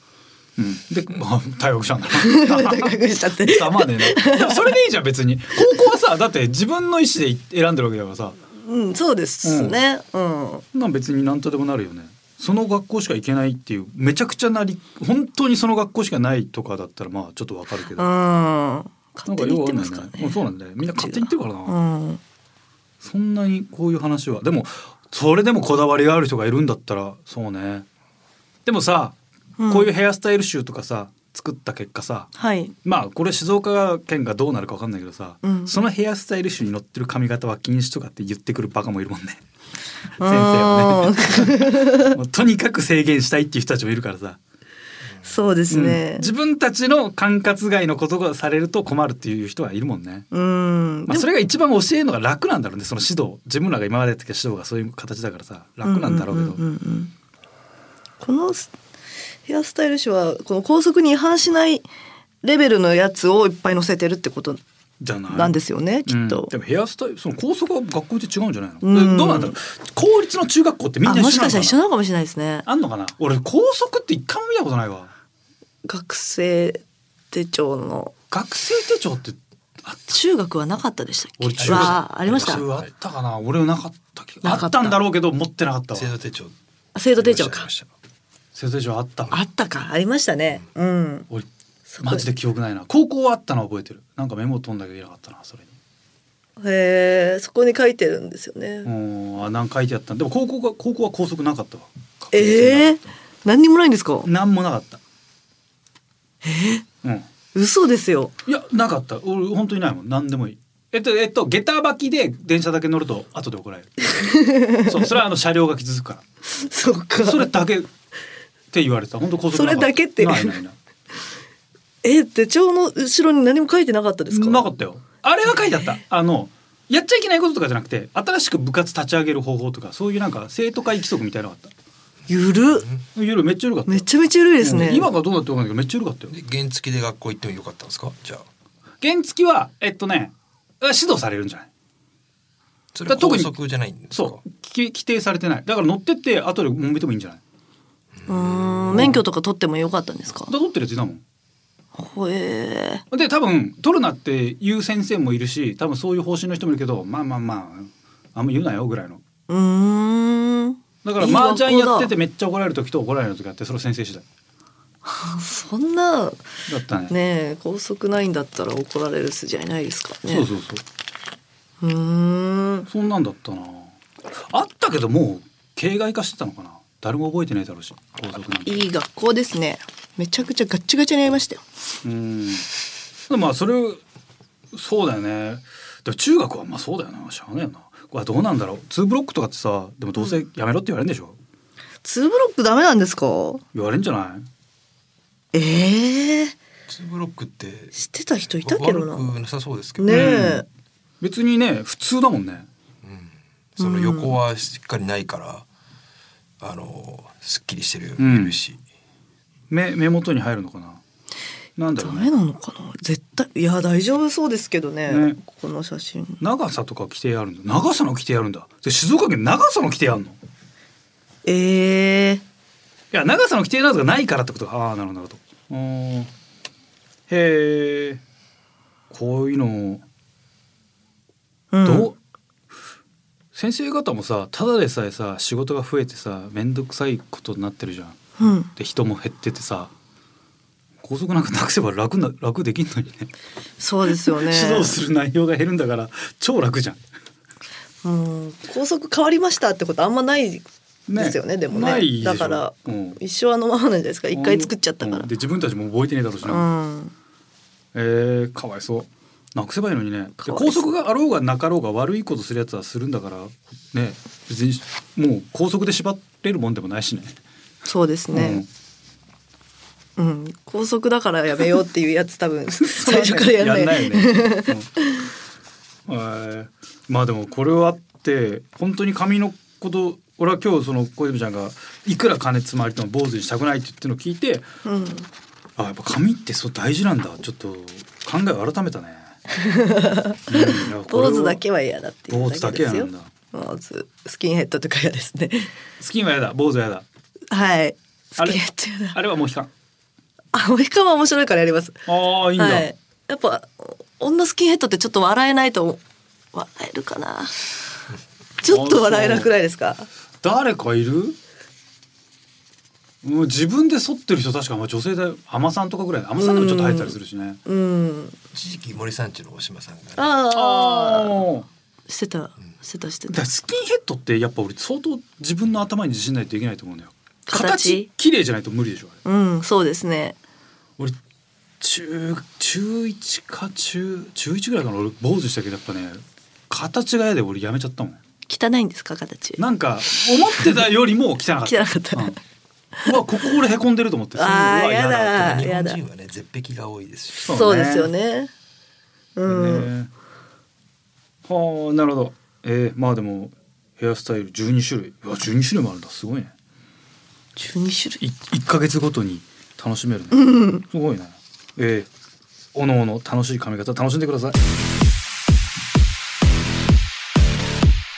で 退学したんだ。
高くしちゃって。
あまあね。 でもそれでいいじゃん別に。高校はさだって自分の意思で選んでるわけだからさ。
うん、そうですね。うん。
なん別に何とでもなるよね。その学校しか行けないっていうめちゃくちゃなり本当にその学校しかないとかだったらまあちょっとわかるけ
う
ど。
ん。
な
勝
ん
手
か
に
よ
言
う
っ
わ
て
かん
ま
ないよね。
すからね。
うんそうなんだよ。みんな勝手に言ってるからな。
うん。
そんなにこういう話はでもそれでもこだわりがある人がいるんだったらそうねでもさ、
うん
こういうヘアスタイル集とかさ作った結果さ
はい。
まあこれ静岡県がどうなるか分かんないけどさ、
うん
そのヘアスタイル集に載ってる髪型は禁止とかって言ってくるバカもいるもんね先生はね
生
もうとにかく制限したいっていう人たちもいるからさ、
そうです
うん
ね。
自分たちの管轄外のことがされると困るっていう人はいるもんね、
うん。
まあ、
でも
それが一番教えるのが楽なんだろうねその指導自分らが今までやってきた指導がそういう形だからさ楽なんだろうけど、
んんんうんこのスヘアスタイル誌はこの校則に違反しないレベルのやつをいっぱい載せてるってこと
じゃない
なんですよね、きっ
うん
と
で。もヘアスタイルその校則は学校で違うんじゃないの、
うん
えどうなんだろう公立の中学校ってみん
あ
な
も
一
し
緒なの
かした
からな
一緒なのかもしれないですね。
あんのかな俺校則って一回も見たことないわ
学生手帳の
学生手帳ってあ
中学はなかったでしたっけ？
俺中学
わあありました
中。学あったかな俺はなかったけど
な
あ
かった
ったんだろうけど持ってなかったわ
制度手帳
生徒手帳か。
生徒手帳あった
あったかありましたね。うん。
俺
そこ
マジで記憶ないな高校はあったのは覚えてるなんかメモ取んだけどいなかったなそれに
へえそこに書いてるんですよね。
うんあ何書いてあったんでも高校が高校は校則なかったわ
ええー、何にもないんですか？
何もなかったえうん
嘘ですよ。
いやなかった俺本当にないもん何でもいいえっとえっと下駄履きで電車だけ乗ると後で怒られ るそうそれはあの車両が傷つくか
そっから
それだけって言われてた本当高速
それだけって
ないないない
え手帳の後ろに何も書いてなかったですか。
なかったよあれは書いてあったあのやっちゃいけないこととかじゃなくて新しく部活立ち上げる方法とかそういうなんか生徒会規則みたいなのがあっ
ゆるった
緩いめっちゃ緩かったよ
めちゃめちゃ緩いですね。
うん今がどうなってるかわかんないけどめっちゃ緩かったよ
で原付で学校行ってもよかったんですかじゃあ
原付はえっとね指導されるんじゃない
それは
だから
校
特に
則じゃないんですか
そうき規定されてないだから乗ってって後で揉めてもいいんじゃないう
ーん免許とか取ってもよかったんですか
だ。から取ってるやついたもん
ほえー
で多分取るなって言う先生もいるし多分そういう方針の人もいるけどまあまあまああんま言うなよぐらいの
うーん。
だから
いい学校だ
麻雀やっててめっちゃ怒られる時と怒られる時あってそれは先生次第
そんなね
だったね
え高速ないんだったら怒られる筋合いないですからね。
そうそうそう
う。ーん。
そんなんだったなあったけどもう形骸化してたのかな誰も覚えてないだろうし皇族なんて
いい学校ですね。めちゃくちゃガッチガチになりましたよ。
うんでもまあそれそうだよねでも中学はまあそうだよなしゃあないよなこれどうなんだろう2ブロックとかってさでもどうせやめろって言われるんでしょ
ツーブロックダメなんですか。
言われるんじゃない
ええー、
ツーブロックって
知ってた人いたけどな。
悪
ね
くなさそうですけどね、
え。
別にね普通だもんね
うんその横はしっかりないからあのすっきりしてるよ
うん
見るし、
目目元に入るのかななんだ
ダ
ろうね
メなのかな絶対いや大丈夫そうですけどね
ね
ここの写真
長さとか規定あるんだ長さの規定あるんだで静岡県長さの規定あるの
ええ
や長さの規定なんですがないからってことかああなるほどなるほどうんへえこういうの
うん
どう、先生方もさただでさえさ仕事が増えてさ面倒くさいことになってるじゃん
うん
で人も減っててさ高速なんかなくせば楽な楽できんのにね
そうで すよね
指導する内容が減るんだから超楽じゃん。
うん校則変わりましたってことあんまないですよねでもね
ないでしょ
だから、
うん
一生あのままなんじゃないですか一回作っちゃったか
う
ら
んで自分たちも覚えてねえだろうしな、
うん
えーかわいそうなくせばいいのにね
かわいそう
高速があろうがなかろうが悪いことするやつはするんだからね別にもう高速で縛れるもんでもないしね
そうですね、うん校則だからやめようっていうやつ多 分最初からやんない
んないよね、うんえーまあでもこれはあって本当に髪のこと俺は今日その小泉ちゃんがいくら金積まれても坊主にしたくないって言ってるのを聞いて
うん、
あやっぱ髪ってそう大事なんだちょっと考えを改め たね、
坊主だけ
は
は嫌だっていう
坊主だけ
です
な
よ
んだ
坊主スキンヘッドとか嫌ですね
スキンはやだ坊主はやだ
はいス
あ
キ
れ
ンヘッド嫌だ
あれはもう悲観
あモヒカンは面白いからやります
ああいいんだ、
はい、やっぱ女スキンヘッドってちょっと笑えないと笑える かなちょっと笑えなくないですか
誰かいるもう自分で剃ってる人確かまあ女性で浜さんとかぐらい浜さんでもちょっと生えたりするしね、
うん
一時期森三中の大島さんが、ね、
ああ
ああ
してたしてたして
だか
た
らスキンヘッドってやっぱ俺相当自分の頭に自信ないといけないと思うんだよ
形
形綺麗じゃないと無理でしょあれ
うんそうですね
俺中中一か中中一ぐらいかな俺坊主したけどやっぱね形が嫌で俺やめちゃったもん
汚いんですか形
なんか思ってたよりも汚かった
汚かった
うんうわここ俺へこんでると思って
あ
う
ー
わ
やだ
と思って
あ
日
や
本
だ
人はね絶壁が多いですし
そうね
そうですよねうん、
ねはあなるほどえー、まあでもヘアスタイル12種類いや12種類もあるんだすごいね
12種類
い一ヶ月ごとに楽しめるのすごいねえー、おのおの楽しい髪型楽しんでください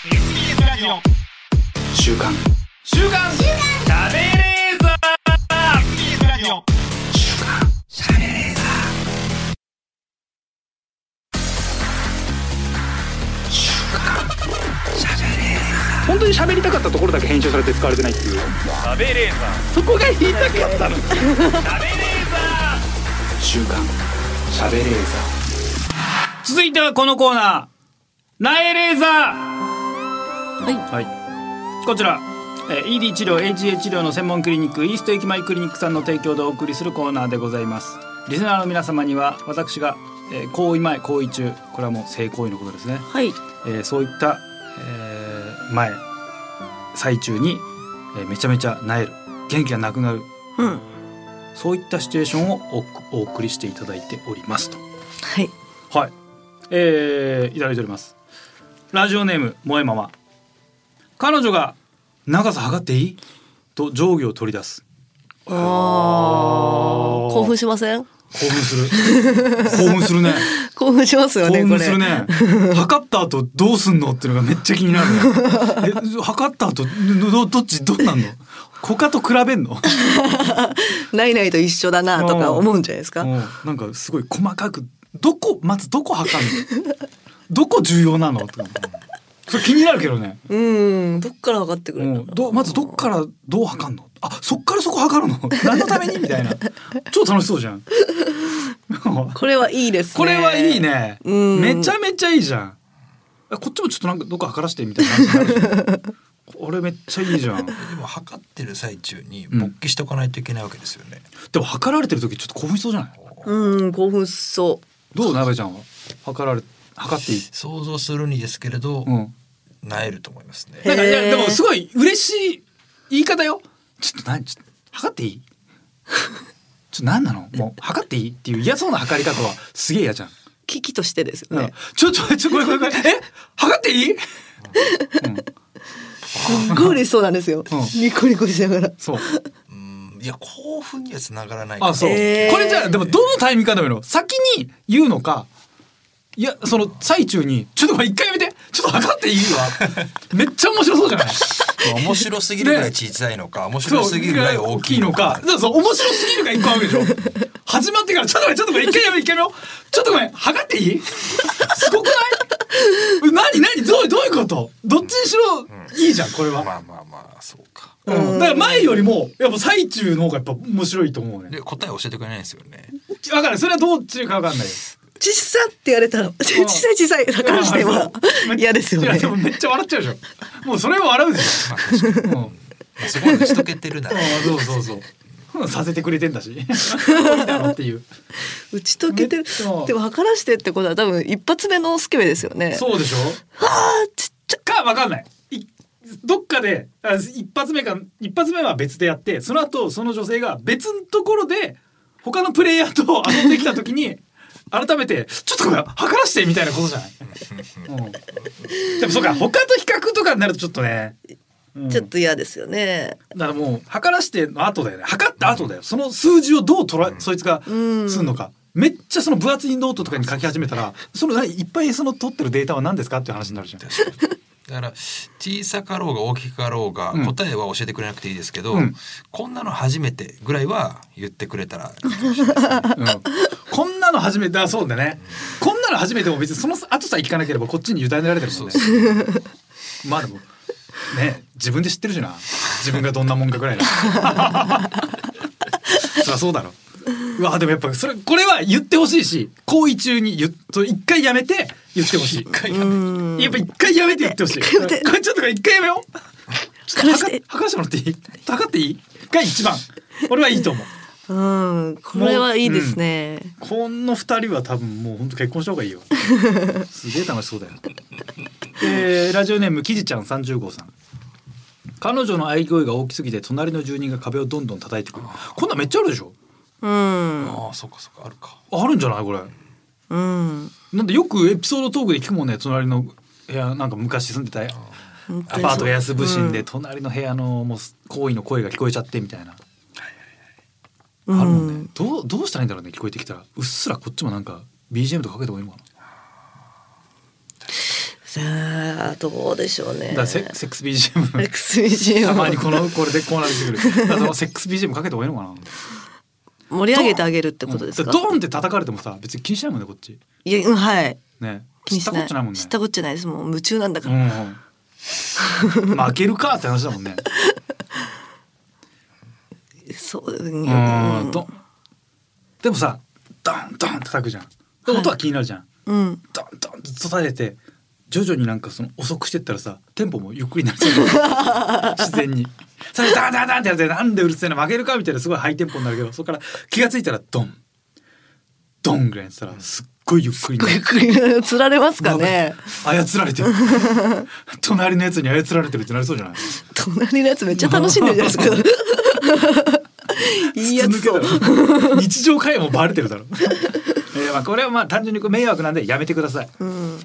SBS ラジオ
週刊
週刊週刊しゃべれーザー SBS ラジオ
本当に喋りたかったところだけ編集されて使われてないっていう
しゃべれーザ
そこが言いたかったの
ーしゃべれーザー
週刊喋れー
続いてはこのコーナー苗レーザーはい、こちらえー ED 治療 HA 治療の専門クリニックイースト駅前クリニックさんの提供でお送りするコーナーでございますリスナーの皆様には私が、えー行為前行為中これはもう性行為のことですね
はい
えーそういった、えー前最中に、えーめちゃめちゃなえる元気がなくなる
うん
そういったシチュエーションをおお送りしていただいておりますと
はい
はい、えー、いただいておりますラジオネーム萌えママ彼女が長さ測っていいと定規を取り出す
ああ興奮しません
興奮す る興奮するね
興奮しますよね
興奮
これ
するね測った後どうすんのっていうのがめっちゃ気になるねえ測った後どどどっちどうなんの他と比べんの
ないないと一緒だなとか思うんじゃないですか、
うんなんかすごい細かくどこまずどこ測るのどこ重要なのとかそれ気になるけどね
うん、どっから上がってくる
も
の
うどまずどっからどう測んのあそっからそこ測るの 何のためにみたいな 超楽しそう じゃん
これはいいですね
これはいいね
うん
めちゃめちゃいいじゃんあこっちもちょっとなんかどっか測らせてみたいな話になるじゃんこれめっちゃいいじゃん
でも測ってる最中に勃起しておかないといけないわけですよね、
でも測られてる時ちょっと興奮しそうじゃない
うん興奮しそ
どうなべちゃんは測られ測っていい
想像するにですけれど、
うん
なえると思いますね
へ
なんかいや
ー
でもすごい嬉しい言い方よちょっと何ちょっと測っていいちょっと何なのもう測っていいっていう嫌そうな測り方はすげえ嫌じゃん
う危機としてですよ
う
ね
ん、ちょっとちょごめんごめん ごめんえ測っていい？
すっごい嬉しそうなんですよ、
うん
ニコニコしながら
そう。
うんいや興奮にはつながらない
あそう。
えー
これじゃあでもどのタイミングかだめの。先に言うのか。いやその最中にちょっとお前一回やめてちょっと測っていいわめっちゃ面白そうじゃない
面白すぎるぐらい小さいのか、面白すぎるぐらい大きいのか。
そうそう面白すぎるが一個あるでしょ 始まってからちょっと待ってちょっと待って一回やめよう一回やめようちょっとごめん測っていいすごくない何何どうどういうことどっちにしろいいじゃんこれは、
まあまあまあ、そうか。
うんだから前よりもやっぱ最中の方がやっぱ面白いと思うね
で、答え教えてくれないんですよね。
分かるそれはどっちか分かんないよ
小さって言われたら小さい小さいだからしては 嫌ですよ
いや
ね
でもめっちゃ笑っちゃうでしょもうそれは笑うでし
まあ、確かに
ょ、うん
まあそこは打ち解けてるな。
そうそうそうそう。させてくれてんだし。いいだろっていう。
打ち解けてる
めっちゃ
でも測らしてってことは多分一発目のスケベですよね
そうでしょ
あーちっちゃ
か、わかんない。いどっかで、あ一発目か、一発目は別でやって、その後、その女性が別のところで、他のプレイヤーと遊んできた時に、改めて、ちょっとこれ、測らしてみたいなことじゃない、うん、でもそうか、他と比較とかになるとちょっとね、うん
ちょっと嫌ですよね
だからもう測らしての後だよね測った後だよその数字をどう捉え、そいつがす
ん
んのか、めっちゃその分厚いノートとかに書き始めたらその何いっぱいその取ってるデータは何ですかっていう話になるじゃん
だから小さかろうが大きかろうが
うん
答えは教えてくれなくていいですけど、
うん
こんなの初めてぐらいは言ってくれたら
うんこんなの初めてあそうだね、こんなの初めても別にその後さえ聞かなければこっちに委ねられてるもんねまあでもね自分で知ってるしな自分がどんなもんかぐらいな そりゃそうだろうわでもやっぱそれこれは言ってほしいし行為中に言っと一回やめて言ってほしい一回やめやっぱ一回やめて言ってほしい
一回やめて
これちょっとこれ一回やめよう
測らして
測らしてもらっていい測っていいが一番俺はいいと思う
うんこれはいいですね、
この二人は多分もう本当結婚した方がいいよ。 すげえ楽しそうだよ。えーラジオネームきじちゃん三十号さん。彼女の愛声が大きすぎて隣の住人が壁をどんどん叩いてくる。こんなんめっちゃあるでしょ。
うん
ああそっかそっかあるか
あるんじゃないこれ。
うん
なんでよくエピソードトークで聞くもんね隣の部屋なんか昔住んでた
本当
ア
に
パート安部心で隣の部屋のもう行為の声が聞こえちゃってみたいな。あ
うん
るもんね。どうどうしたらいいんだろうね聞こえてきたらうっすらこっちもなんか BGM とかかけた方がいいのかな。
さあどうでしょうね
だからセセックス BGM。
XBGM
たまにこのこれでこうなってくる。だ からそのセックス BGM かけた方がいいのかな。
盛り上げてあげるってことですか、
ドーンって叩かれてもさ別に気にしないもんねこっち。
いやうんはい
ね。
気に
知っ
した
こ
な
っ
い
ちゃないもんね。
知ったこっちゃないですもう夢中なんだから、
うん。負けるかって話だもんね。
そう うん
うん。ドンでもさドンドンって叩くじゃん。で
はい
音は気になるじゃん。
うん
ドンドンって叩いてて徐々になんかその遅くしてったらさテンポもゆっくりになるじゃ ん自然に。最初ダンダンダンってやってなんでうるせえな負けるかみたいなすごいハイテンポになるけどそこから気がついたらドンドンぐらいにしたらすっごいゆっくりになる
ゆっくりつられますかね
操られて る隣のやつに操られてるってなりそうじゃない
隣のやつめっちゃ楽しんでるじゃないですか いいやつそう
筒抜けだろ 日常会話もバレてるだろ えーまあこれはまあ単純にこう迷惑なんでやめてください、
うん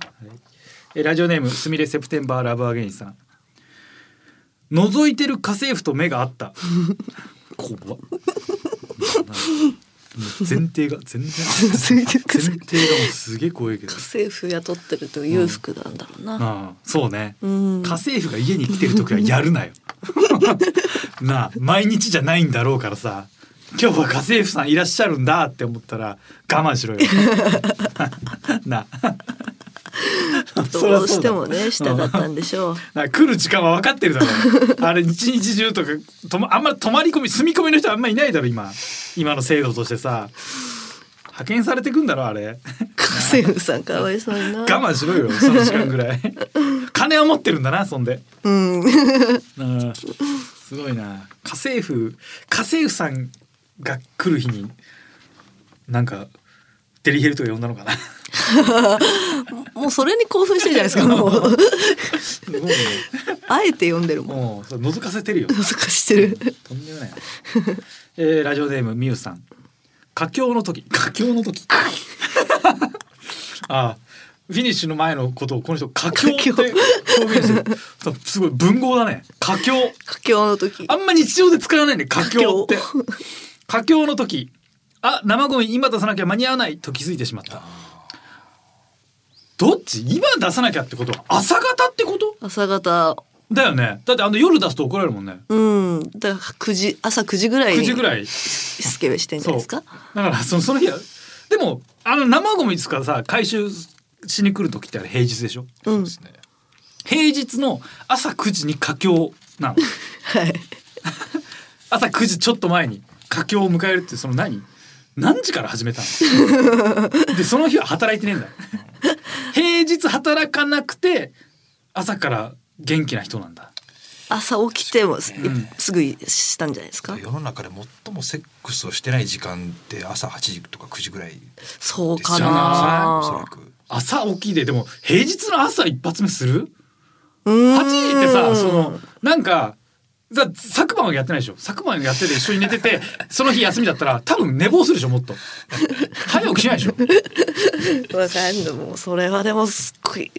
えーラジオネームすみれセプテンバーラブアゲインさん覗いてる家政婦と目があった 怖っもう前提が全然
ついてる
前
家
提がもうすげえ怖いけど
政府雇ってると裕福なんだろうな、
ああそうね、
うん
家政婦が家に来てる時はやるな よなあ毎日じゃないんだろうからさ今日は家政婦さんいらっしゃるんだって思ったら我慢 しろよなあそりゃそうだ
どうしてもねしたかったんでしょう
なあ来る時間は分かってるだろあれ一日中とかともあんま泊まり込み住み込みの人はあんまいないだろ今今の制度としてさ派遣されてくんだろあれ
家政婦さんかわいそうにな
我慢しろよその時間ぐらい金は持ってるんだなそんで
うん
うんすごいな家政婦家政婦さんが来る日になんかデリヘルとか呼んだのかな
もうそれに興奮してるじゃないですかもう
すごいね
あえて読んでるもん
もうそれ覗かせてるよ
難してる
とんでもないな、えーラジオネームみゆさん佳境の時佳境の時 ああフィニッシュの前のことをこの人佳境って表現してるすごい文豪だね佳境
佳境の時
あんま日常で使わないね佳境って佳境の時あ生ゴミ今出さなきゃ間に合わないと気づいてしまったどっち今出さなきゃってことは朝方ってこと
朝方
だよねだってあの夜出すと怒られるもんね
うんだから九時朝9時ぐらい
9
に
時ぐらい
スケベしてんじゃないですか
だからそのその日はでもあの生ゴミですからさ回収しに来る時ってあれ平日でしょ
う
そ
ん
うですね。
平日の朝9時に佳境なの
はい
朝9時ちょっと前に佳境を迎えるってその何何時から始めた のでその日は働いてねえんだ平日働かなくて朝から元気な人なんだ
朝起きてもす,、
うん
すぐしたんじゃないですか
世の中で最もセックスをしてない時間って朝8時とか9時ぐらいです
そうか
よね
な
おそらく。
朝起きででも平日の朝一発目する
うん
8時ってさそのなんかさ昨晩はやってないでしょ昨晩やってて一緒に寝ててその日休みだったら多分寝坊するでしょもっと早起きしないでしょ
わかんないもうそれはでもすっごい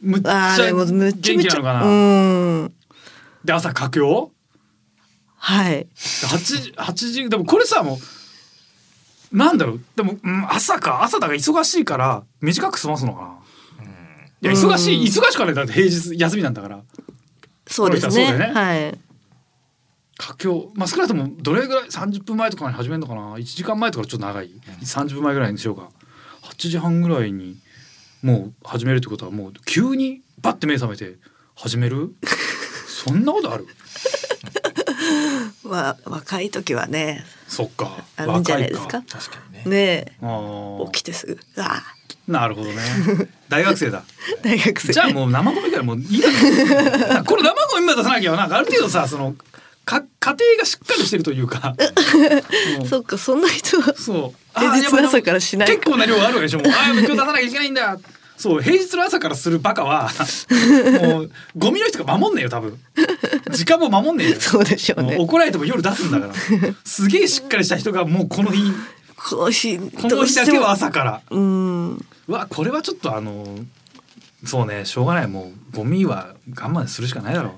むっち
あ
ゃ
ーでもむ
元
っちゃ
気
むっ
な
ちゃ
のかな、
うん
で朝佳境
はい
8時8時でもこれさもうなんだろうでも、うん、朝か朝だから忙しいから短く済ますのかないや忙しい忙しくはないだって平日休みなんだから
そうで
こ
す
の人はそうだ
ね
よね
はい
佳境まあ少なくともどれぐらい30分前とかに始めるのかな1時間前とかちょっと長い30分前ぐらいにしようか8時半ぐらいにもう始めるってことはもう急にバッて目覚めて始めるそんなことある
まあ若い時はね
そっか
あるんじゃないです
若
か
確かにね。
ね
あ
え
ー
起きてすぐうわあ
なるほどね大学生だ
大学生
じゃあもう生ゴミからもういいだろ これ生ゴミまで出さなきゃなんかある程度さそのか家庭がしっかりしてるという かもう
そっかそんな人は
そう
平日
あーやばい
朝からしない
結構な量あるわけでしょもうあーやばい今日出さなきゃいけないんだそう平日の朝からするバカ はもうゴミの人が守んねえよ多分時間も守んねえよ
そうでしょう
も
ね
う怒られても夜出すんだからすげえしっかりした人がもうこの日
この日
この日だけは朝から
うん
うわこれはちょっとあのそうねしょうがないもうゴミは我慢するしかないだろ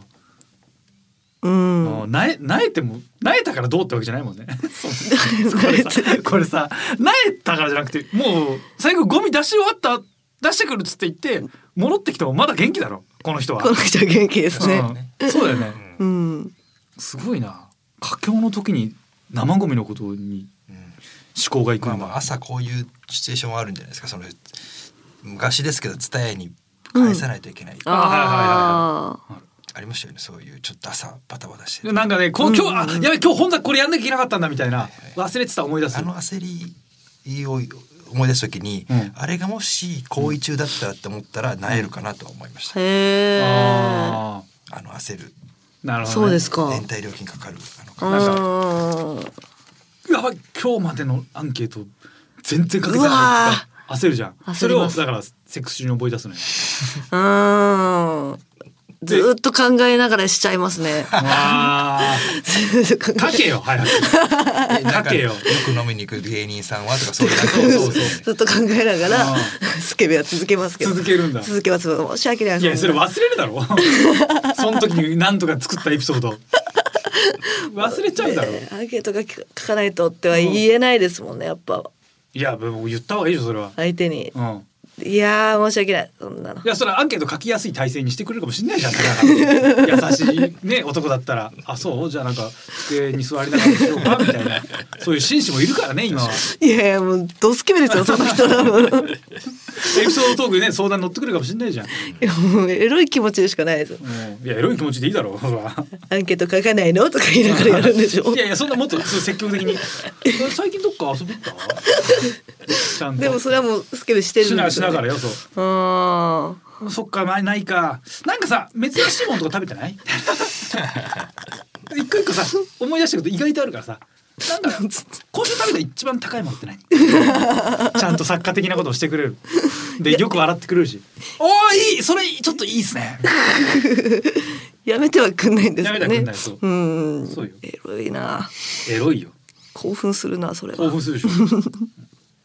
う、
うん
もうなえなえてもなえたからどうってわけじゃないもんねそうこれさ これさなえたからじゃなくてもう最後ゴミ出し終わった出してくるっつって言って戻ってきてもまだ元気だろこの人は
この人は元気ですね
うんそうだよね
うん
うん
すごいな佳境の時に生ゴミのことに
うん
思考がいくん
ま
だ、
あまあ朝こういうシチュエーションはあるんじゃないですか。その昔ですけど伝えに返さないといけない。
んあ
あ
ありましたよね。そういうちょっと朝バタバタして
で
る。
なんかねこう今日、
うんうんう
あやべ今日本だこれやんなきゃいけなかったんだみたいな忘れてた思い出す
あの焦りを思い出すときに、
うん
あれがもし行為中だったらって思ったら、なえるかなと思いました。
ーへえ
あ
あの焦る
ーなるほど、ね、
そうですか
延滞料金かかるあの
う
か
なんか
ん
やばい今日までのアンケート全然書けて
うわ
ない焦るじゃん
焦ります
それをだからセックス中に覚え出すのよ
うんずーっと考えながらしちゃいます ね
あ
ずーっと考え
ー書けよ早 く
えなん
書
か
けよ
よく飲みに行く芸人さんはとかそういう
そうそうそう
ずっと考えながら
あ
スケベは続けますけど
続けるんだ
続けます申し訳ない
いやそれ忘れるだろ その時に何とか作ったエピソード忘れちゃうだろ
ねアンケートが書かないとっては言えないですもんねやっぱ
いやもう言った方がいいでしょそれは
相手に
うん
いやー申し訳ないそんなの
いやそれはアンケート書きやすい体制にしてくれるかもしれないじゃんだから優しいね男だったら「あそうじゃあなんか机に座りながらにしようか」みたいなそういう紳士もいるからね今は。
いやいやもうドスケベで すよその人は
エピソードトークにね相談乗ってくるかもしれないじゃん。
いやもうエロい気持ちでしかないですよ
うんいやエロい気持ちでいいだろう。そら
アンケート書かないのとか言いながらやるんでしょ
い やいやそんなもっと積極 的に。最近どっか遊び行 った？ちゃんと。
でもそれはもうスケベしてる
し
ん
な
で
し
す
な
よ、
がら
ね、
よそう
ーん
う。そっかまあないか。なんかさ珍しいものとか食べてない 一個一個さ思い出したこと意外とあるからさ。なんか今週食べた一番高いも のって何ちゃんと作家的なことをしてくれるでよく笑ってくれるし「おーいいそれちょっといいっすね
やめてはくんないんですよね
やめてはくんないそう
うん
そうよ
エロいな」
エロいよ
興奮するなそれ
興
は
奮するでしょ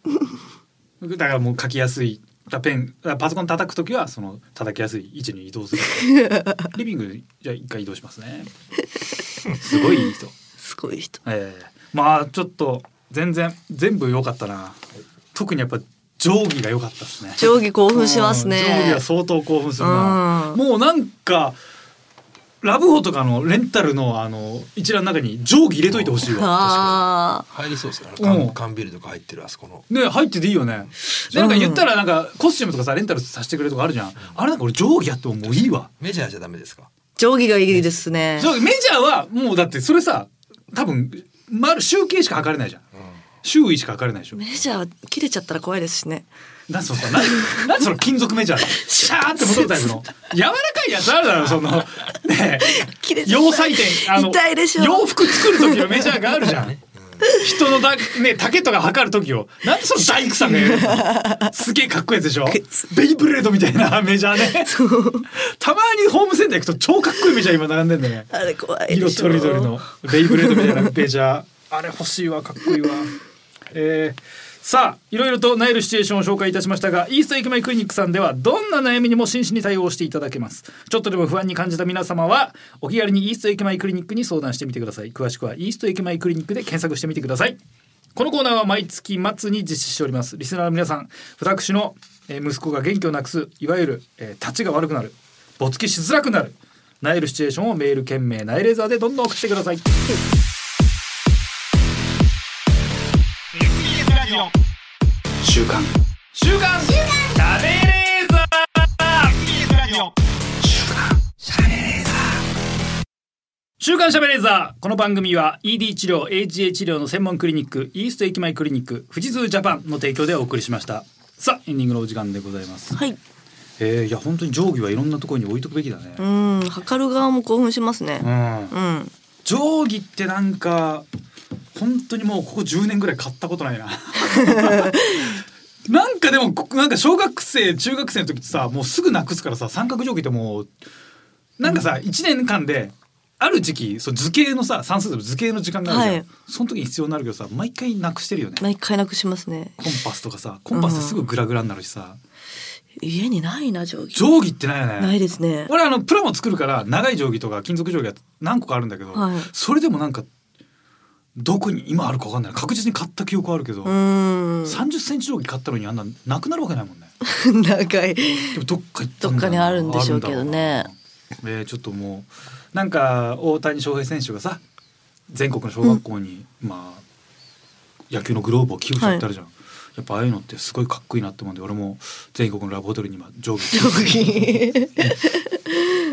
だからもう書きやすいだペンだパソコン叩くときはその叩きやすい位置に移動す るリビングじゃあ一回移動しますねすごいいい人
すごい人
ええまあちょっと全然全部良かったな特にやっぱ定規が良かったですね
定規興奮しますね
うん定規は相当興奮するな
うん
もうなんかラブホとかのレンタルのあの一覧の中に定規入れといてほしいわ。
あ
入りそうですよね。
うん
缶缶ビールとか入ってるあそこの。
ね入ってていいよね。でなんか言ったらなんかコスチュームとかさレンタルさせてくれるとかあるじゃん。あれなんか俺定規やってももういいわ。
メジャーじゃダメですか。
ー定規がいいですね
そうメジャーはもうだってそれさ多分丸集計しか測れないじゃん。周囲しか測れないでしょ
メ。ジャー切れちゃったら怖いですしね
なんそのさ、なんなんその金属メジャーのシャーって戻るタイプの柔らかいやつあるだろそのね
切れちゃっ
洋裁店あの
痛いでしょ
洋服作る時のメジャーがあるじゃん。 人のだね竹とか測る時をなんでその大工さんがやるのすげえかっこいいやつでしょベイブレードみたいなメジャーねたまにホームセンター行くと超かっこいいメジャー今並んでんだね
たあれ怖いで
色
しょ
とりどりのベイブレードみたいなペジャー あれ欲しいわかっこいいわえーさあいろいろとなえるシチュエーションを紹介いたしましたがイースト駅前クリニックさんではどんな悩みにも真摯に対応していただけますちょっとでも不安に感じた皆様はお気軽にイースト駅前クリニックに相談してみてください詳しくはイースト駅前クリニックで検索してみてくださいこのコーナーは毎月末に実施しておりますリスナーの皆さん私のえー息子が元気をなくすいわゆるえー立ちが悪くなるぼつきしづらくなるなえるシチュエーションをメール件名なえレーザーでどんどん送ってください
SBS ラジオ
週刊
週刊しゃべレーザー
SBS ラジオ
週刊しゃべレーザーこの番組は ED 治療 AGA 治療の専門クリニックイースト駅前クリニック富士通ジャパンの提供でお送りしましたさあエンディングのお時間でございます
はい
えー、いや本当に定規はいろんなところに置いとくべきだね
うん測る側も興奮しますね
うん
うん
定規ってなんか本当にもうここ10年ぐらい買ったことない ななんかでもこなんか小学生中学生の時ってさもうすぐなくすからさ三角定規ってもうなんかさ1年間である時期そう図形のさ算数でも図形の時間があるじゃん、
はい
その時に必要になるけどさ毎回なくしてるよね
毎回なくしますね
コンパスとかさコンパスってすぐグラグラになるしさ
家にないな定規
定規ってないよね
ないですね
俺あのプラも作るから長い定規とか金属定規が何個かあるんだけど、
はい
それでもなんかどこに今あるか分かんない確実に買った記憶はあるけど、
うん
三十3 0ンチ定規買ったのにあんななくなるわけないもんね
長い
でもどっか行ったん
ど
だ
っかにあるんでしょうけどね
あるんだろうなえーちょっともうなんか大谷翔平選手がさ全国の小学校に、まあ野球のグローブを寄付したってあるじゃん、やっぱああいうのってすごいかっこいいなって思うんで俺も全国のラブホテルに今定規
定規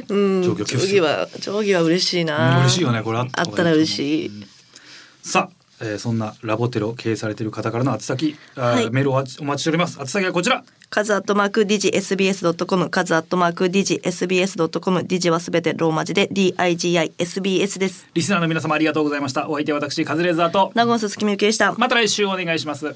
うん
定
定
規を寄付す
規
る
は定規は嬉しいな
嬉しいよねこれあっ
あったら嬉しい
さあ、えーそんなラボテルを経営されている方からの宛先、あー
はい
メールをお待ちお待ちしております宛先はこちら
カズアットマークディジ SBS.com カズアットマークディジ SBS.com ディジはすべてローマ字で DIGISBS です
リスナーの皆様ありがとうございましたお相手は私カズレーザーと
名古屋鈴木みゆきでした
また来週お願いします